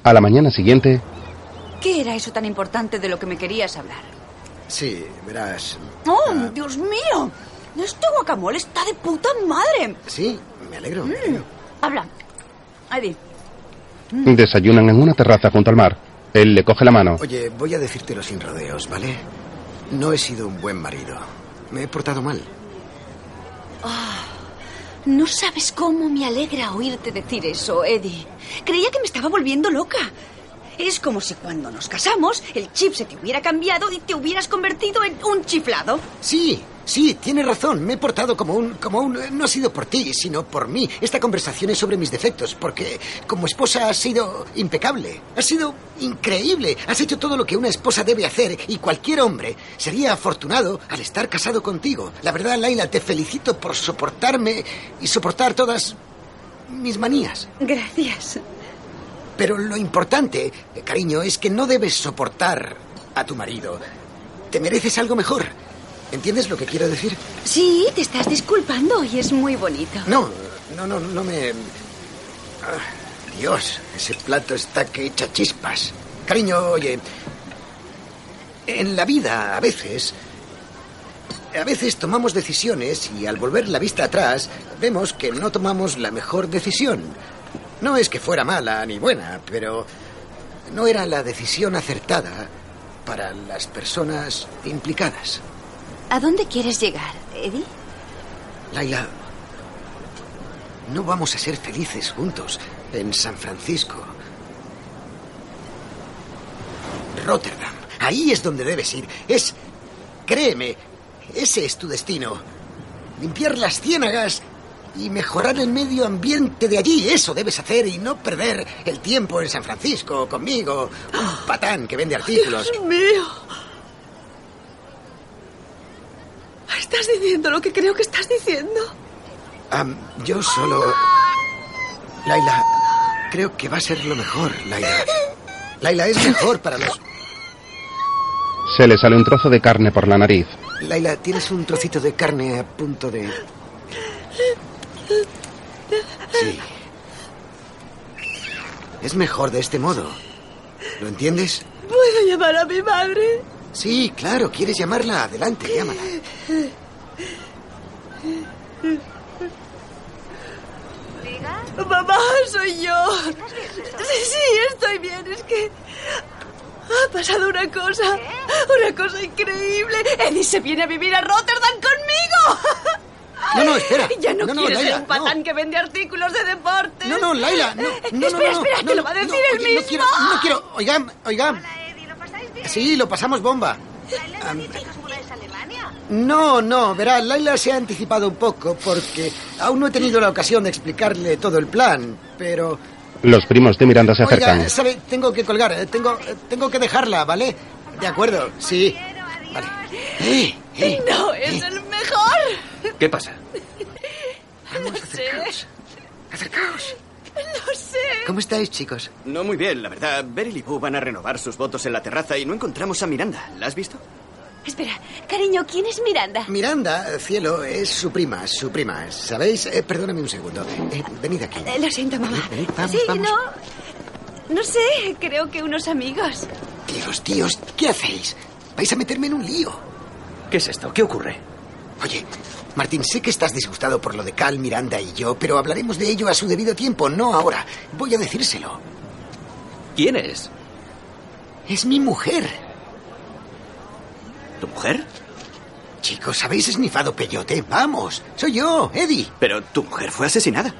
A la mañana siguiente,
¿Qué era eso tan importante de lo que me querías hablar?
Sí, verás.
¡Oh, Dios mío! Este guacamole está de puta madre.
Sí, me alegro. me
Mm.
alegro.
Habla. Eddie.
desayunan en una terraza junto al mar. Él le coge la mano.
Oye, voy a decírtelo sin rodeos, ¿vale? No he sido un buen marido. Me he portado mal.
Ah, no sabes cómo me alegra oírte decir eso, Eddie. Creía que me estaba volviendo loca.
Es como si cuando nos casamos el chip se te hubiera cambiado y te hubieras convertido en un chiflado.
Sí, sí, tienes razón. Me he portado como un, como un. eh, No ha sido por ti, sino por mí. Esta conversación es sobre mis defectos, porque como esposa has sido impecable. Has sido increíble. Has hecho todo lo que una esposa debe hacer y cualquier hombre sería afortunado al estar casado contigo. La verdad, Laila, te felicito por soportarme y soportar todas mis manías.
Gracias.
Pero lo importante, eh, cariño, es que no debes soportar a tu marido. Te mereces algo mejor. ¿Entiendes lo que quiero decir?
Sí, te estás disculpando y es muy bonito.
No, no, no, no me. Ah, Dios, ese plato está que echa chispas. Cariño, oye. En la vida, a veces. A veces tomamos decisiones y al volver la vista atrás, vemos que no tomamos la mejor decisión. No es que fuera mala ni buena, pero. No era la decisión acertada para las personas implicadas.
¿A dónde quieres llegar, Eddie?
Laila, no vamos a ser felices juntos en San Francisco. Rotterdam, ahí es donde debes ir. Es, créeme, ese es tu destino. Limpiar las ciénagas y mejorar el medio ambiente de allí, eso debes hacer y no perder el tiempo en San Francisco conmigo, un patán que vende artículos.
Dios mío. Ah, Estás diciendo lo que creo que estás diciendo.
Am, yo solo... Laila, creo que va a ser lo mejor, Laila. Laila, es mejor para los...
Se le sale un trozo de carne por la nariz.
Laila, tienes un trocito de carne a punto de... Sí. Es mejor de este modo. ¿Lo entiendes?
¿Puedo llamar a mi madre?
Sí, claro. ¿Quieres llamarla? Adelante, llámala.
Mamá, soy yo. Sí, sí, estoy bien. Es que ha pasado una cosa. Una cosa increíble. Eddie se viene a vivir a Rotterdam conmigo.
No, no, espera.
Ya no,
No, no,
quiere
Laila,
ser un patán que vende artículos de deporte.
No, no, Laila, no, no, no,
Eh, espera,
no, no,
espera,
no,
que lo va a
no,
decir
no,
él
oye,
mismo.
No quiero, no quiero. Oigan, oigan. Sí, lo pasamos bomba. Am, No, no, verá, Laila se ha anticipado un poco porque aún no he tenido la ocasión de explicarle todo el plan, pero...
Los primos de Miranda se acercan.
Oiga, ¿sabe? Tengo que colgar, eh, tengo, eh, tengo que dejarla, ¿vale? De acuerdo, sí. Vale. Eh, eh.
No, es el mejor.
¿Qué pasa?
No sé.
Acercaos.
No sé.
¿Cómo estáis, chicos?
No muy bien, la verdad. Beryl y Boo van a renovar sus votos en la terraza y no encontramos a Miranda. ¿La has visto?
Espera, cariño, ¿quién es Miranda?
Miranda, Ah, cielo, es su prima, su prima, ¿sabéis? Eh, perdóname un segundo. Eh, venid aquí.
Eh, Lo siento, mamá.
Venid, vamos,
sí,
vamos.
no. No sé, creo que unos amigos.
Tíos, tíos, ¿qué hacéis? Vais a meterme en un lío.
¿Qué es esto? ¿Qué ocurre?
Oye, Martín, sé que estás disgustado por lo de Cal, Miranda y yo, pero hablaremos de ello a su debido tiempo, no ahora. Voy a decírselo.
¿Quién es?
Es mi mujer.
¿Tu mujer?
Chicos, habéis esnifado peyote. Vamos, soy yo, Eddie.
Pero tu mujer fue asesinada.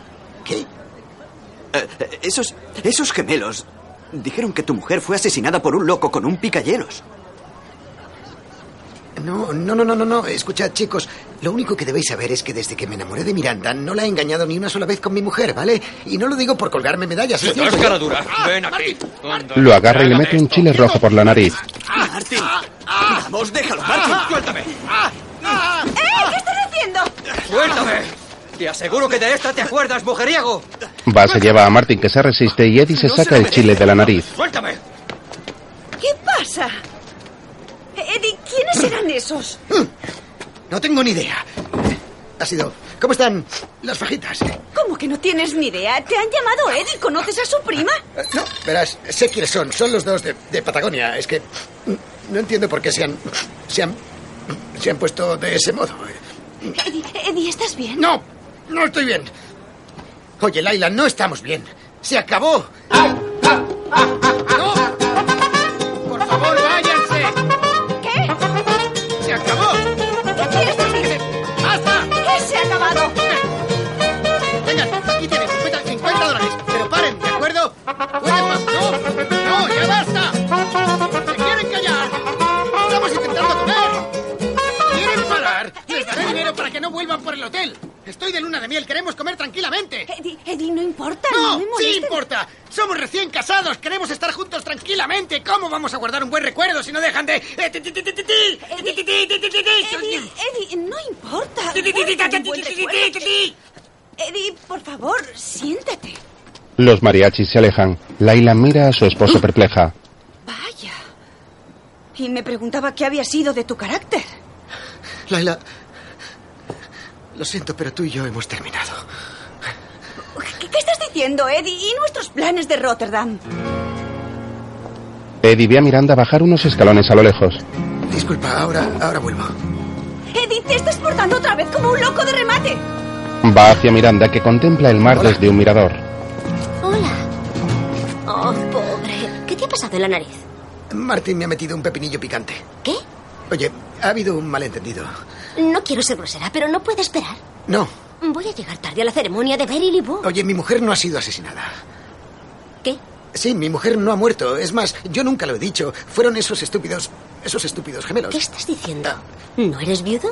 ¿Qué?
Eh, eh, esos, esos gemelos dijeron que tu mujer fue asesinada por un loco con un picayelos.
No, no, no, no, no, no. Escuchad, chicos, lo único que debéis saber es que desde que me enamoré de Miranda no la he engañado ni una sola vez con mi mujer, ¿vale? Y no lo digo por colgarme medallas. lo
No es
siento,
cara
¿eh?
dura. Ven aquí.
Lo agarra y le mete un chile rojo por la nariz.
Ah,
¡Martin!
Ah,
¡Vamos, déjalo, Martin! ¡Suéltame! Ah.
Ah.
¡Eh! ¿Qué estás haciendo?
¡Suéltame!
Te aseguro que de esta te acuerdas, mujeriego.
Va se lleva a Martin que se resiste y Eddie se saca el chile de la nariz.
¡Suéltame!
¿Qué pasa? Eddie, ¿quiénes eran esos?
No tengo ni idea. Ha sido. ¿Cómo están las fajitas?
¿Cómo que no tienes ni idea? ¿Te han llamado Eddie? ¿Conoces a su prima?
Eh, No, verás, sé quiénes son. Son los dos de, de Patagonia. Es que mm, no entiendo por qué se han, se han, se han puesto de ese modo.
Eddie, Eddie, ¿estás bien?
No, no estoy bien. Oye, Laila, no estamos bien. Se acabó.
Por favor, váyanse. ¿Qué? Se acabó. ¿Qué quieres decir? ¡Basta! ¿Qué se ha acabado? Vengan, aquí tienen 50, 50 dólares. Pero paren, ¿de acuerdo? Pueden más. No, no, ya basta. ¿Se quieren callar? Estamos intentando comer. ¿Quieren parar? Les
Este
daré dinero para que no vuelvan por el hotel. Estoy de luna de miel, queremos comer tranquilamente.
Eddie, Eddie, no importa.
No,
No, me
sí
molestes.
importa. Somos recién casados, queremos estar juntos tranquilamente. ¿Cómo vamos a guardar un buen recuerdo si no dejan de... eh, ti, ti, ti, ti, ti, ti, ti, ti, ti, ti, ti, ti, ti?
Eddie, no importa.
Ti, ti, ti, ti,
Guarda
ti,
un
ti,
buen
ti, ti, ti,
recuerdo.
ti, ti.
Eddie, por favor, siéntate.
Los mariachis se alejan. Laila mira a su
¡Ah!
esposo perpleja.
Vaya. Y me preguntaba qué había sido de tu carácter.
Laila, lo siento, pero tú y yo hemos terminado.
¿Qué, qué estás diciendo, Eddie? ¿Y nuestros planes de Rotterdam?
Eddie ve a Miranda bajar unos escalones a lo lejos.
Disculpa, ahora, ahora vuelvo.
Eddie, te estás portando otra vez como un loco de remate.
Va hacia Miranda que contempla el mar desde un mirador.
Hola. Oh, pobre. ¿Qué te ha pasado en la nariz?
Martín me ha metido un pepinillo picante.
¿Qué?
Oye, ha habido un malentendido.
No quiero ser grosera, pero no puedo esperar.
No,
Voy a llegar tarde a la ceremonia de Beryl y Bo.
oye, mi mujer no ha sido asesinada.
¿Qué?
Sí, mi mujer no ha muerto. Es más, yo nunca lo he dicho. Fueron esos estúpidos, esos estúpidos gemelos.
¿Qué estás diciendo? ¿No eres viudo?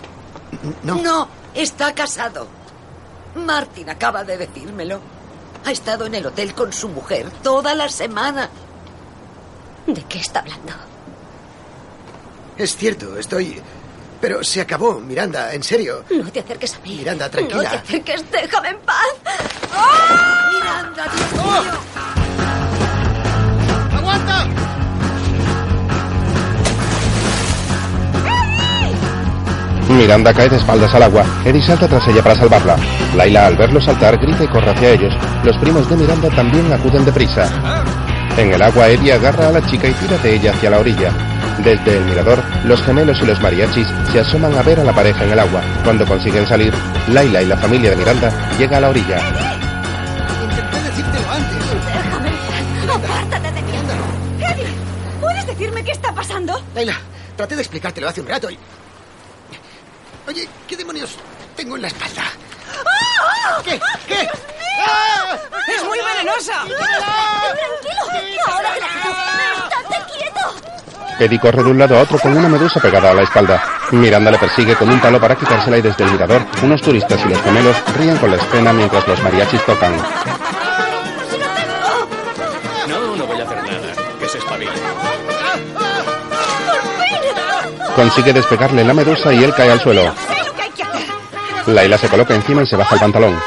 No.
No, está casado. Martin acaba de decírmelo. Ha estado en el hotel con su mujer toda la semana.
¿De qué está hablando?
Es cierto, estoy... Pero se acabó, Miranda, en serio.
No te acerques a mí.
Miranda, tranquila.
No te acerques, déjame en paz.
¡Miranda, Dios mío!
¡Oh! ¡Aguanta!
Miranda cae de espaldas al agua. Eddie salta tras ella para salvarla. Laila al verlo saltar grita y corre hacia ellos. Los primos de Miranda también acuden deprisa. En el agua Eddie agarra a la chica y tira de ella hacia la orilla. Desde el mirador, los gemelos y los mariachis se asoman a ver a la pareja en el agua. Cuando consiguen salir, Laila y la familia de Miranda llega a la orilla.
Intenté decírtelo antes.
Déjame. Apártate de mí. Eddie, ¿puedes decirme qué está pasando?
Laila, traté de explicártelo hace un rato y... Oye, ¿qué demonios tengo en la espalda? ¿Qué? ¿Qué? ¡Ah!
¡Es muy venenosa!
Tranquilo. Ahora
Ah.
¡Estate quieto!
Eddie corre de un lado a otro con una medusa pegada a la espalda. Miranda le persigue con un palo para quitársela y desde el mirador, unos turistas y los gemelos ríen con la escena mientras los mariachis tocan.
No, no voy a hacer nada. Que se espabile.
Consigue despegarle la medusa y él cae al suelo.
Sé lo que hay que hacer.
Laila se coloca encima y se baja el pantalón.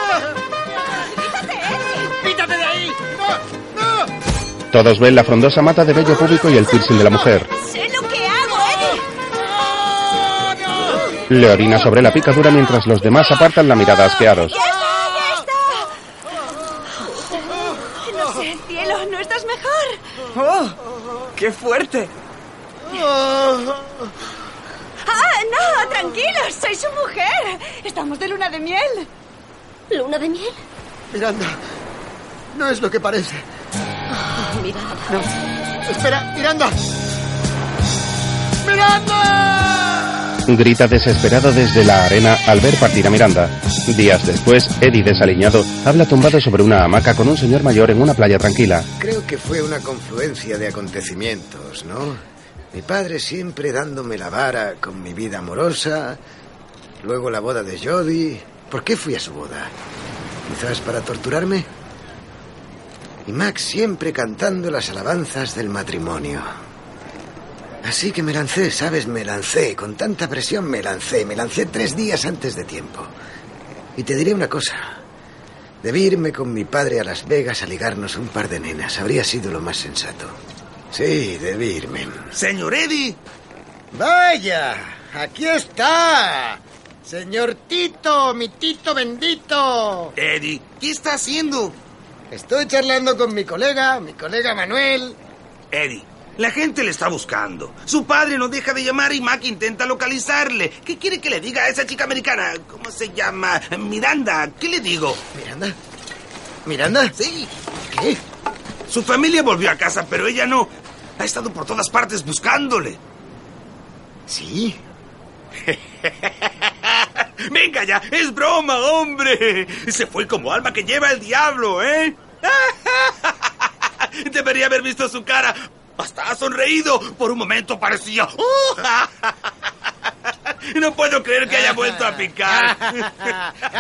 ¡Quítate de ahí! ¡No! ¡No!
Todos ven la frondosa mata de vello público y el piercing de la mujer.
Sé lo que hago, Eddie.
¡Oh,
Le orina sobre la picadura mientras los demás apartan la mirada asqueados.
¡Ya está,
Oh,
ya está! No sé, cielo, ¿no estás mejor?
¡Oh! ¡Qué fuerte!
¡Ah, no! Tranquilos, soy su mujer. Estamos de luna de miel.
¿Luna de miel?
Miranda, no es lo que parece.
vida.
Espera, Miranda. ¡Miranda!
Grita desesperado desde la arena al ver partir a Miranda. Días después, Eddie desaliñado habla tumbado sobre una hamaca con un señor mayor en una playa tranquila.
Creo que fue una confluencia de acontecimientos, ¿no? Mi padre siempre dándome la vara con mi vida amorosa, luego la boda de Jody. ¿Por qué fui a su boda? ¿Quizás para torturarme? Y Max siempre cantando las alabanzas del matrimonio. Así que me lancé, ¿sabes? Me lancé, con tanta presión me lancé, me lancé tres días antes de tiempo. Y te diré una cosa. Debí irme con mi padre a Las Vegas a ligarnos un par de nenas. Habría sido lo más sensato. Sí, debí irme.
Señor Eddie.
Vaya, aquí está.
Señor Tito, mi Tito bendito.
Eddie, ¿qué está haciendo?
Estoy charlando con mi colega, mi colega Manuel.
Eddie, la gente le está buscando. Su padre no deja de llamar y Mac intenta localizarle. ¿Qué quiere que le diga a esa chica americana? ¿Cómo se llama? Miranda, ¿qué le digo?
¿Miranda? ¿Miranda?
Sí.
¿Qué?
Su familia volvió a casa, pero ella no. Ha estado por todas partes buscándole.
¿Sí?
Venga ya, es broma, hombre. Se fue como alma que lleva el diablo, ¿eh? Debería haber visto su cara. Hasta ha sonreído. Por un momento parecía... ¡oh! No puedo creer que haya vuelto a picar.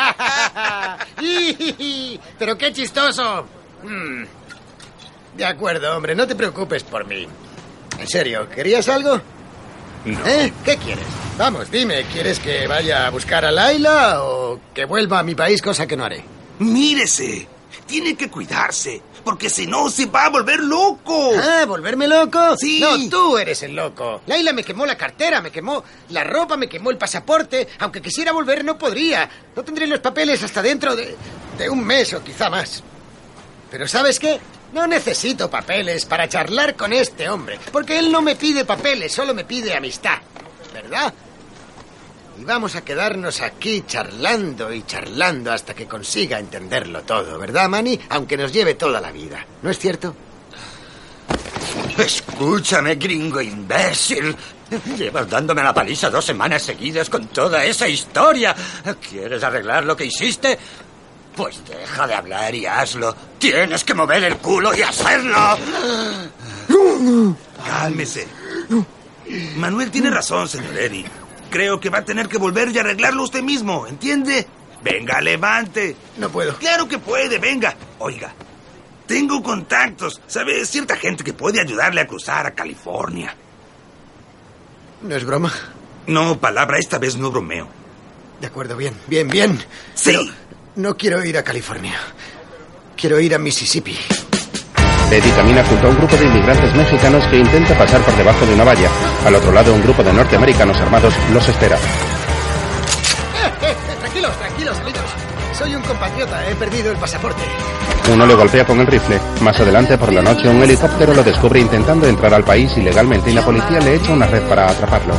Pero qué chistoso. Mm. De acuerdo, hombre, no te preocupes por mí. En serio, ¿querías algo? ¿Eh? ¿Qué quieres? Vamos, dime, ¿quieres que vaya a buscar a Laila o que vuelva a mi país, cosa que no haré?
Mírese. Tiene que cuidarse. Porque si no, se va a volver loco.
Ah, ¿volverme loco?
Sí.
No, tú eres el loco. Laila me quemó la cartera, me quemó la ropa, me quemó el pasaporte. Aunque quisiera volver, no podría. No tendré los papeles hasta dentro de, de un mes o quizá más. Pero ¿sabes qué? No necesito papeles para charlar con este hombre, porque él no me pide papeles, solo me pide amistad, ¿verdad? Y vamos a quedarnos aquí charlando y charlando hasta que consiga entenderlo todo, ¿verdad, Manny? Aunque nos lleve toda la vida, ¿no es cierto?
Escúchame, gringo imbécil. Llevas dándome la paliza dos semanas seguidas con toda esa historia. ¿Quieres arreglar lo que hiciste? Pues deja de hablar y hazlo. Tienes que mover el culo y hacerlo.
Cálmese. Manuel tiene razón, señor Eddie. Creo que va a tener que volver y arreglarlo usted mismo, ¿entiende? Venga, levante.
No puedo.
Claro que puede, venga. Oiga, tengo contactos. ¿Sabe? Cierta gente que puede ayudarle a cruzar a California.
¿No es broma?
No, palabra, esta vez no bromeo.
De acuerdo, bien, bien, bien.
Sí.
No quiero ir a California. Quiero ir a Mississippi.
Eddie camina junto a un grupo de inmigrantes mexicanos que intenta pasar por debajo de una valla. Al otro lado, un grupo de norteamericanos armados los espera.
Eh, eh, eh, tranquilos, tranquilos, amigos. Soy un compatriota, he perdido el pasaporte.
Uno le golpea con el rifle. Más adelante, por la noche, un helicóptero lo descubre intentando entrar al país ilegalmente y la policía le echa una red para atraparlo.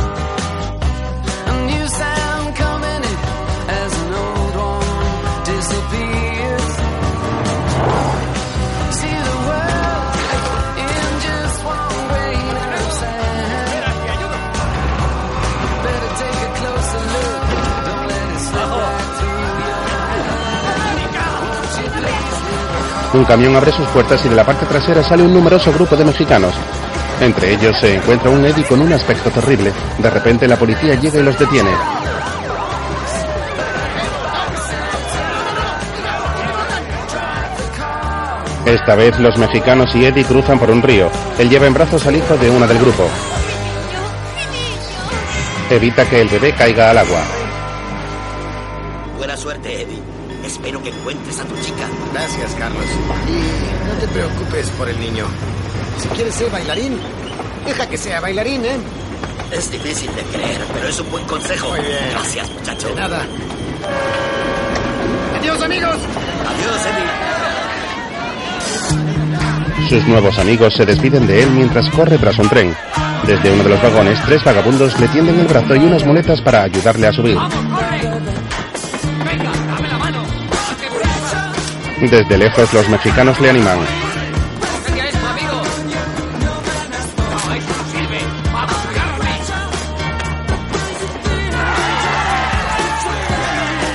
Un camión abre sus puertas y de la parte trasera sale un numeroso grupo de mexicanos. Entre ellos se encuentra un Eddie con un aspecto terrible. De repente la policía llega y los detiene. Esta vez los mexicanos y Eddie cruzan por un río. Él lleva en brazos al hijo de una del grupo. Evita que el bebé caiga al agua.
Buena suerte, Eddie. Espero que encuentres a tu chica.
Gracias, Carlos. Y no te preocupes por el niño. Si quieres ser bailarín, deja que sea bailarín, ¿eh?
Es difícil de creer, pero es un buen consejo.
Muy bien.
Gracias, muchacho.
De nada. Adiós, amigos.
Adiós,
eh.
Eddie.
Sus nuevos amigos se despiden de él mientras corre tras un tren. Desde uno de los vagones, tres vagabundos le tienden el brazo y unas muletas para ayudarle a subir. Desde lejos los mexicanos le animan.
¡Hacia esto, amigo!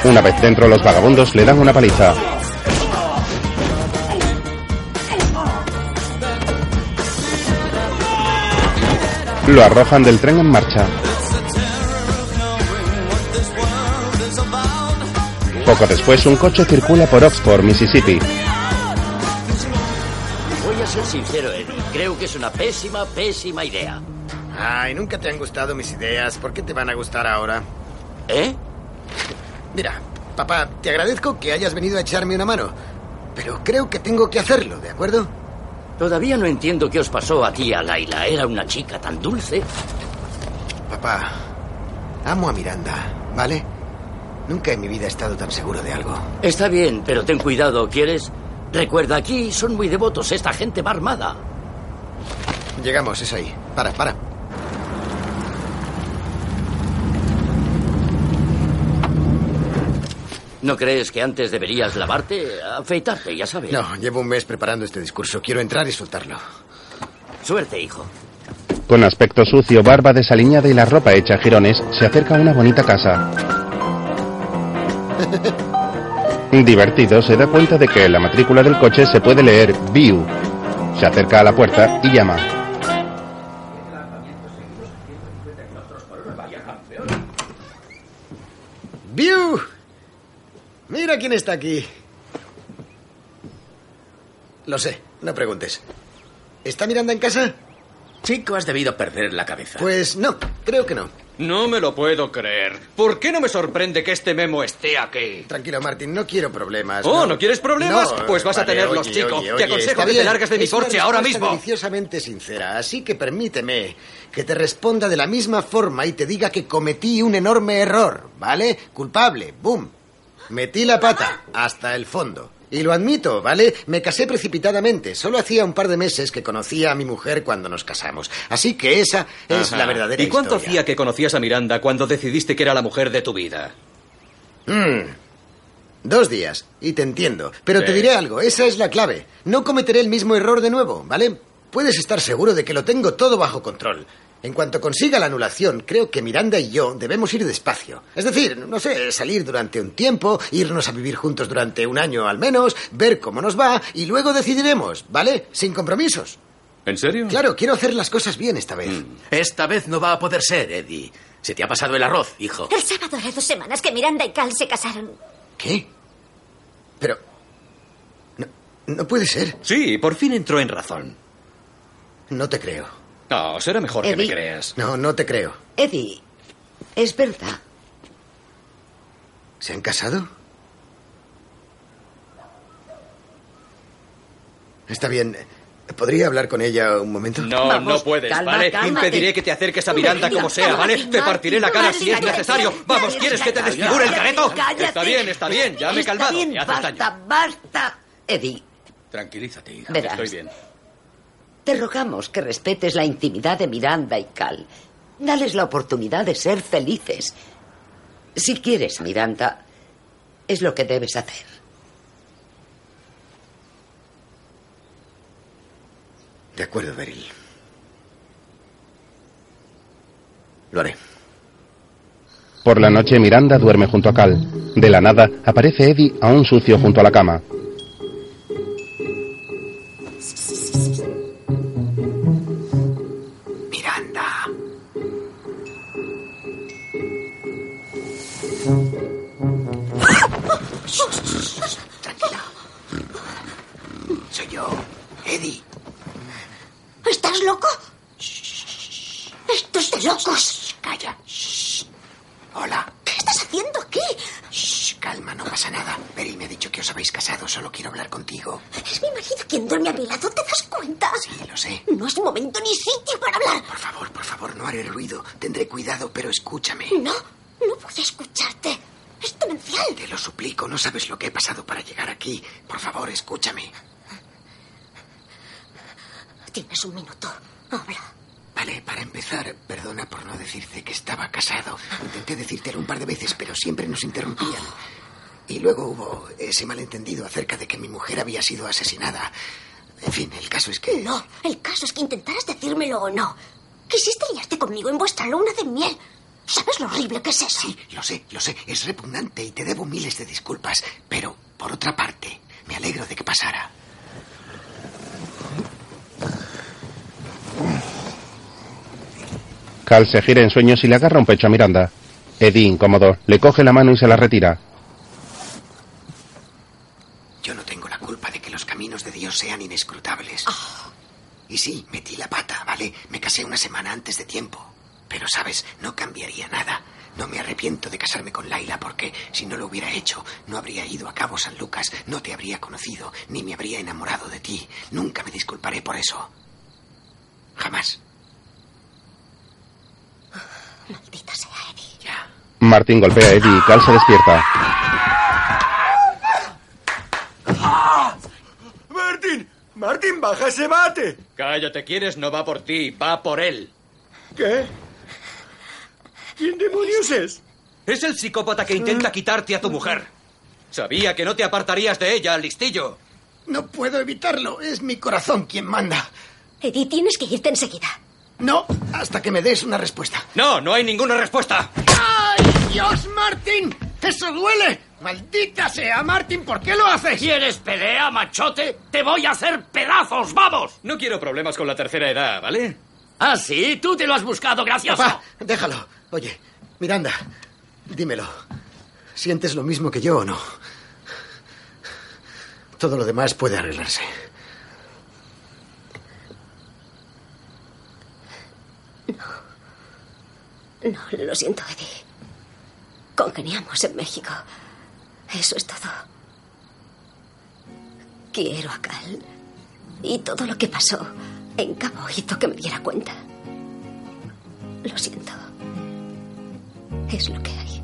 Una vez dentro, los vagabundos le dan una paliza. Lo arrojan del tren en marcha. Poco después, un coche circula por Oxford, Mississippi.
Voy a ser sincero, Eddie. Creo que es una pésima, pésima idea.
Ay, nunca te han gustado mis ideas. ¿Por qué te van a gustar ahora?
¿Eh?
Mira, papá, te agradezco que hayas venido a echarme una mano. Pero creo que tengo que hacerlo, ¿de acuerdo?
Todavía no entiendo qué os pasó a ti y a Laila. Era una chica tan dulce.
Papá, amo a Miranda, ¿vale? Nunca en mi vida he estado tan seguro de algo.
Está bien, pero ten cuidado, ¿quieres? Recuerda, aquí son muy devotos. Esta gente va armada.
Llegamos, es ahí. Para, para.
¿No crees que antes deberías lavarte, afeitarte, ya sabes?
No, llevo un mes preparando este discurso. Quiero entrar y soltarlo.
Suerte, hijo.
Con aspecto sucio, barba desaliñada y la ropa hecha a jirones, se acerca a una bonita casa. Divertido, se da cuenta de que en la matrícula del coche se puede leer View. Se acerca a la puerta y llama.
¡View! Mira quién está aquí. Lo sé, no preguntes. ¿Está Miranda en casa?
Chico, has debido perder la cabeza.
Pues no, creo que no.
No me lo puedo creer. ¿Por qué no me sorprende que este memo esté aquí?
Tranquilo, Martín, no quiero problemas.
Oh, ¿no quieres problemas?
No,
Pues vas a
vale,
tenerlos,
oye,
chico.
oye,
Te
oye,
aconsejo
está
que te
bien.
largas de mi
Es una
porche ahora
respuesta
mismo.
deliciosamente sincera, así que permíteme que te responda de la misma forma y te diga que cometí un enorme error, ¿vale? Culpable, boom. Metí la pata hasta el fondo. Y lo admito, ¿vale? Me casé precipitadamente. Solo hacía un par de meses que conocía a mi mujer cuando nos casamos. Así que esa es
Ajá.
la verdadera
¿Y cuánto
historia.
hacía que conocías a Miranda cuando decidiste que era la mujer de tu vida?
Mm. Dos días, y te entiendo. Pero
Sí.
te diré algo, esa es la clave. No cometeré el mismo error de nuevo, ¿vale? Puedes estar seguro de que lo tengo todo bajo control. En cuanto consiga la anulación, creo que Miranda y yo debemos ir despacio. Es decir, no sé, salir durante un tiempo, irnos a vivir juntos durante un año al menos, ver cómo nos va y luego decidiremos, ¿vale? Sin compromisos.
¿En serio? Mm.
Claro, quiero hacer las cosas bien esta vez.
Esta vez no va a poder ser, Eddie. Se te ha pasado el arroz, hijo.
El sábado hará dos semanas que Miranda y Cal se casaron.
¿Qué? Pero... No, no puede ser.
Sí, por fin entró en razón.
No te creo.
No, será mejor que me
Eddie.
creas.
No, no te creo.
Eddie, es verdad.
¿Se han casado? Está bien. ¿Podría hablar con ella un momento?
No, no puedes, ¿vale? Impediré que te acerques a Miranda como sea, ¿vale? Te partiré la cara si es necesario. Vamos, ¿quieres que te desfigure el careto?
Cállate.
Está bien, está bien, ya me he
Está
calmado.
bien,
me haces daño.
Barta, Barta. Eddie,
Tranquilízate, hija.
Verás.
Estoy bien.
te rogamos que respetes la intimidad de Miranda y Cal. Dales la oportunidad de ser felices. Si quieres, Miranda, es lo que debes hacer.
De acuerdo, Beryl. Lo haré.
Por la noche, Miranda duerme junto a Cal. De la nada, aparece Eddie aún sucio junto a la cama.
Miranda.
Tranquila.
Soy yo, Eddie.
¿Estás loco? Esto es de locos.
Calla. Hola.
¿Qué estás haciendo aquí?
Shh, calma, no pasa nada. Berry me ha dicho que os habéis casado. Solo quiero hablar contigo.
Es mi marido quien duerme a mi lado, ¿te das cuenta?
Sí, lo sé.
No es momento ni sitio para hablar.
Por favor, por favor, no haré ruido. Tendré cuidado, pero escúchame.
No, no voy a escucharte. Es demencial.
Te lo suplico, no sabes lo que he pasado para llegar aquí. Por favor, escúchame.
Tienes un minuto. Habla.
Vale, para empezar, perdona por no decirte que estaba casado. Intenté decírtelo un par de veces, pero siempre nos interrumpían. Y luego hubo ese malentendido acerca de que mi mujer había sido asesinada. En fin, el caso es que...
No, el caso es que intentaras decírmelo o no. Quisiste liarte conmigo en vuestra luna de miel. ¿Sabes lo horrible que es eso?
Lo sé, lo sé, es repugnante y te debo miles de disculpas. Pero, por otra parte, me alegro de que pasara.
Cal se gira en sueños y le agarra un pecho a Miranda. Eddie, incómodo, le coge la mano y se la retira.
Yo no tengo la culpa de que los caminos de Dios sean inescrutables.
Oh.
Y sí, metí la pata, ¿vale? Me casé una semana antes de tiempo. Pero, ¿sabes? No cambiaría nada. No me arrepiento de casarme con Laila porque si no lo hubiera hecho, no habría ido a Cabo San Lucas, no te habría conocido, ni me habría enamorado de ti. Nunca me disculparé por eso. Jamás.
Maldita sea Eddie.
Martin golpea a Eddie y Cal se despierta.
¡Ah! ¡Martín! ¡Martín, baja ese bate!
Cállate, quieres, no va por ti, va por él.
¿Qué? ¿Quién demonios es?
Es el psicópata que intenta quitarte a tu mujer. Sabía que no te apartarías de ella, listillo.
No puedo evitarlo. Es mi corazón quien manda.
Eddie, tienes que irte enseguida.
No, hasta que me des una respuesta.
No, no hay ninguna respuesta.
¡Ay, Dios, Martín! ¡Eso duele! ¡Maldita sea, Martín! ¿Por qué lo haces?
¿Quieres pelea, machote? ¡Te voy a hacer pedazos! ¡Vamos!
No quiero problemas con la tercera edad, ¿vale?
Ah, sí, tú te lo has buscado, gracioso.
Ah,
Papá, déjalo. Oye, Miranda, dímelo. ¿Sientes lo mismo que yo o no? Todo lo demás puede arreglarse.
No, lo siento, Eddie. Congeniamos en México. Eso es todo. Quiero a Cal. Y todo lo que pasó en Cabo hizo que me diera cuenta. Lo siento. Es lo que hay.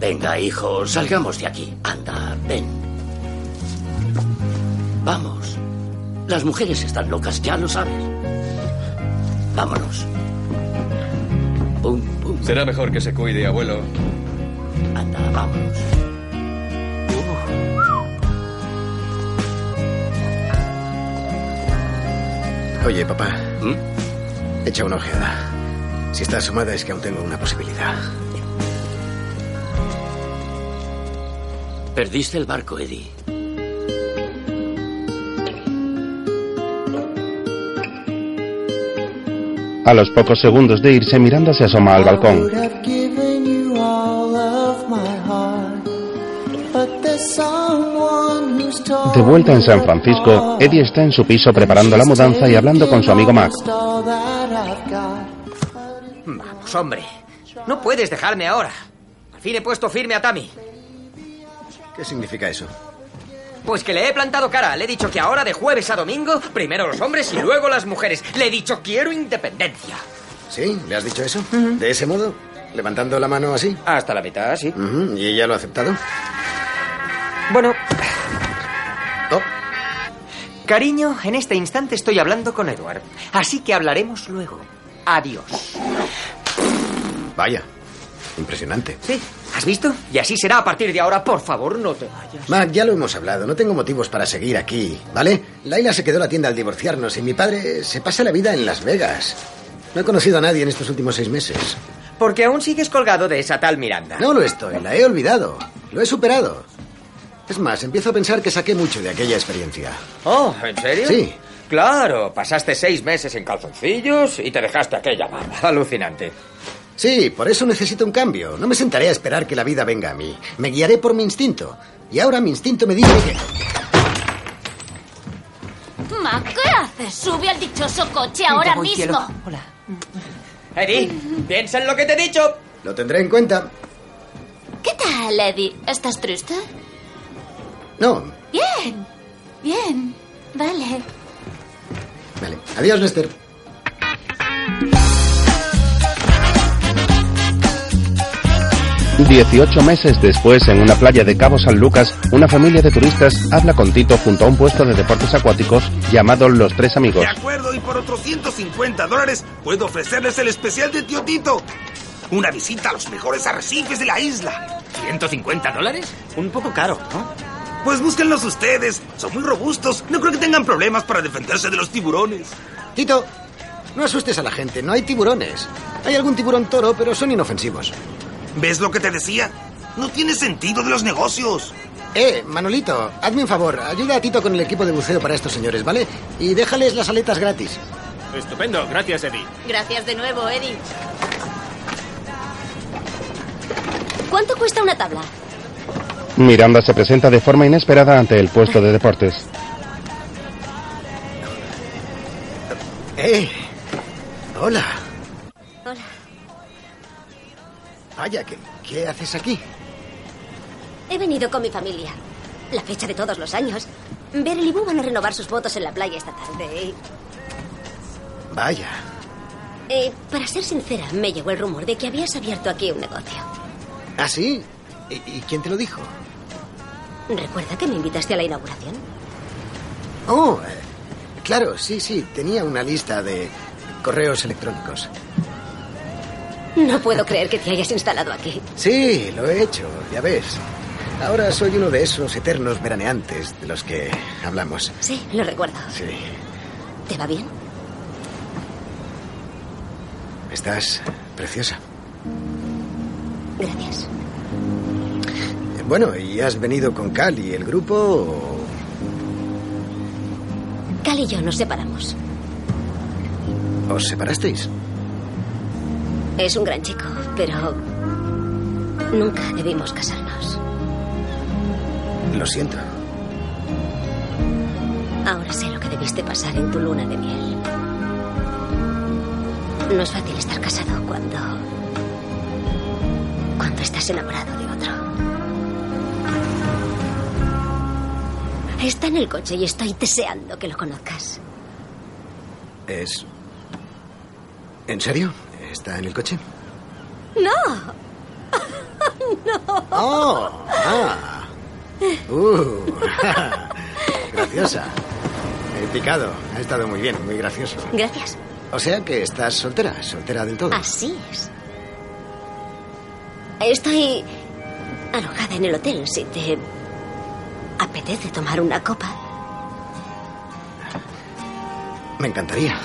Venga, hijo, salgamos de aquí. Anda, ven. Vamos. Las mujeres están locas, ya lo sabes. Vámonos.
Será mejor que se cuide, abuelo.
Anda, vámonos.
Oye, papá.
¿Mm?
Echa una ojeada. Si está asomada es que aún tengo una posibilidad.
Perdiste el barco, Eddie.
A los pocos segundos de irse, Miranda se asoma al balcón.
I've given you all of my heart, but there's someone who's torn
De vuelta en San Francisco, Eddie está en su piso preparando la mudanza y hablando con su amigo Mac.
almost all that I've got.
Vamos, Pues hombre. No puedes dejarme ahora. Al fin he puesto firme a Tammy.
¿Qué significa eso?
Pues que le he plantado cara. Le he dicho que ahora de jueves a domingo, primero los hombres y luego las mujeres. Le he dicho quiero independencia.
¿Sí? ¿Le has dicho eso? ¿De ese modo? ¿Levantando la mano así?
Hasta la mitad, sí.
¿Y ella lo ha aceptado?
Bueno. Cariño, en este instante estoy hablando con Edward. Así que hablaremos luego. Adiós.
Vaya. Impresionante.
Sí, ¿has visto? Y así será a partir de ahora. Por favor, no te vayas.
Mac, ya lo hemos hablado. No tengo motivos para seguir aquí, ¿vale? Laila se quedó en la tienda al divorciarnos y mi padre se pasa la vida en Las Vegas. No he conocido a nadie en estos últimos seis meses.
Porque aún sigues colgado de esa tal Miranda.
No lo estoy, la he olvidado. Lo he superado. Es más, empiezo a pensar que saqué mucho de aquella experiencia.
Oh, ¿en serio?
Sí.
Claro, pasaste seis meses en calzoncillos y te dejaste aquella barba. Alucinante.
Sí, por eso necesito un cambio. No me sentaré a esperar que la vida venga a mí. Me guiaré por mi instinto. Y ahora mi instinto me dice que...
Ma, ¿qué haces? Sube al dichoso coche ahora mismo.
Hola. Eddie, piensa en lo que te he dicho.
Lo tendré en cuenta.
¿Qué tal, Eddie? ¿Estás triste?
No.
Bien. Bien. Vale.
Vale. Adiós, Lester.
Dieciocho meses después, en una playa de Cabo San Lucas, una familia de turistas habla con Tito junto a un puesto de deportes acuáticos llamado Los Tres Amigos.
De acuerdo, y por otros 150 dólares puedo ofrecerles el especial de tío Tito. Una visita a los mejores arrecifes de la isla.
¿150 dólares?
Un poco caro, ¿no? Pues búsquenlos ustedes. Son muy robustos. No creo que tengan problemas para defenderse de los tiburones.
Tito, no asustes a la gente. No hay tiburones. Hay algún tiburón toro, pero son inofensivos.
¿Ves lo que te decía? No tiene sentido de los negocios.
Eh, Manolito, hazme un favor. Ayuda a Tito con el equipo de buceo para estos señores, ¿vale? Y déjales las aletas gratis.
Estupendo, gracias, Eddie.
Gracias de nuevo, Eddie. ¿Cuánto cuesta una tabla?
Miranda se presenta de forma inesperada ante el puesto de deportes.
Eh, hola.
Hola.
Vaya, ¿qué, qué haces aquí?
He venido con mi familia. La fecha de todos los años. Beryl y Boo van a renovar sus votos en la playa esta tarde.
Vaya.
Eh, para ser sincera, me llegó el rumor de que habías abierto aquí un negocio.
¿Ah, sí? ¿Y, y quién te lo dijo?
¿Recuerda que me invitaste a la inauguración?
Oh, eh, claro, sí, sí. Tenía una lista de correos electrónicos.
No puedo creer que te hayas instalado aquí.
Sí, lo he hecho, ya ves. Ahora soy uno de esos eternos veraneantes de los que hablamos.
Sí, lo recuerdo.
Sí.
¿Te va bien?
Estás preciosa.
Gracias.
Bueno, ¿y has venido con Cal y el grupo? o-
Cal y yo nos separamos.
¿Os separasteis?
Es un gran chico, pero nunca debimos casarnos.
Lo siento.
Ahora sé lo que debiste pasar en tu luna de miel. No es fácil estar casado cuando... cuando estás enamorado de otro. Está en el coche y estoy deseando que lo conozcas.
¿Es... ¿En serio? ¿Está en el coche?
¡No! ¡No!
¡Oh! ¡Ah! ¡Uh! graciosa. He picado. Ha estado muy bien, muy gracioso.
Gracias.
O sea que estás soltera, soltera del todo.
Así es. Estoy alojada en el hotel. Si te apetece tomar una copa,
Me encantaría.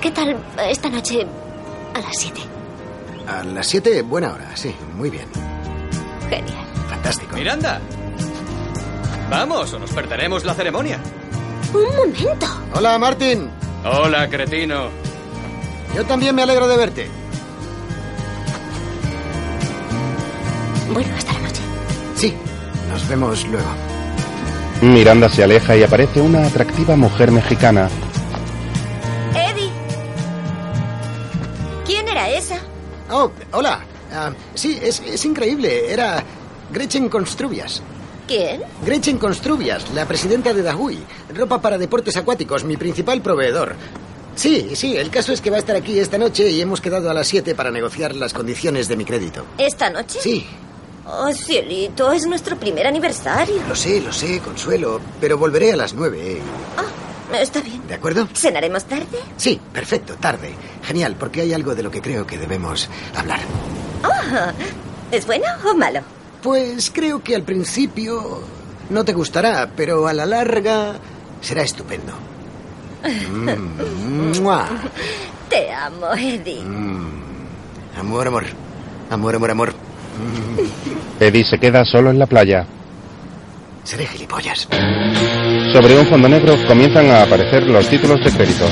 ¿qué tal esta noche a las 7?
A las 7, buena hora, sí, muy bien.
Genial.
Fantástico.
Miranda. Vamos, o nos perderemos la ceremonia.
Un momento.
Hola, Martín.
Hola, cretino.
Yo también me alegro de verte.
Bueno, hasta la noche.
Sí, nos vemos luego.
Miranda se aleja y aparece una atractiva mujer mexicana.
Eddie. ¿Quién era esa?
Oh, hola. Ah, sí, es, es increíble. Era Gretchen Construbias.
¿Quién?
Gretchen Construbias, la presidenta de Dahui. Ropa para deportes acuáticos, mi principal proveedor. Sí, sí, el caso es que va a estar aquí esta noche y hemos quedado a las 7 para negociar las condiciones de mi crédito.
¿Esta noche?
Sí.
Oh, cielito, es nuestro primer aniversario.
Lo sé, lo sé, Consuelo, pero volveré a las 9.
Está bien.
¿De acuerdo?
¿Cenaremos tarde?
Sí, perfecto, tarde. Genial, porque hay algo de lo que creo que debemos hablar.
Ah, ¿Es bueno o malo?
Pues creo que al principio no te gustará, pero a la larga será estupendo. Mm, mua.
Te amo, Eddie.
Mm.
Amor, amor. Amor, amor, amor.
Eddie se queda solo en la playa.
Seré gilipollas.
Sobre un fondo negro comienzan a aparecer los títulos de crédito.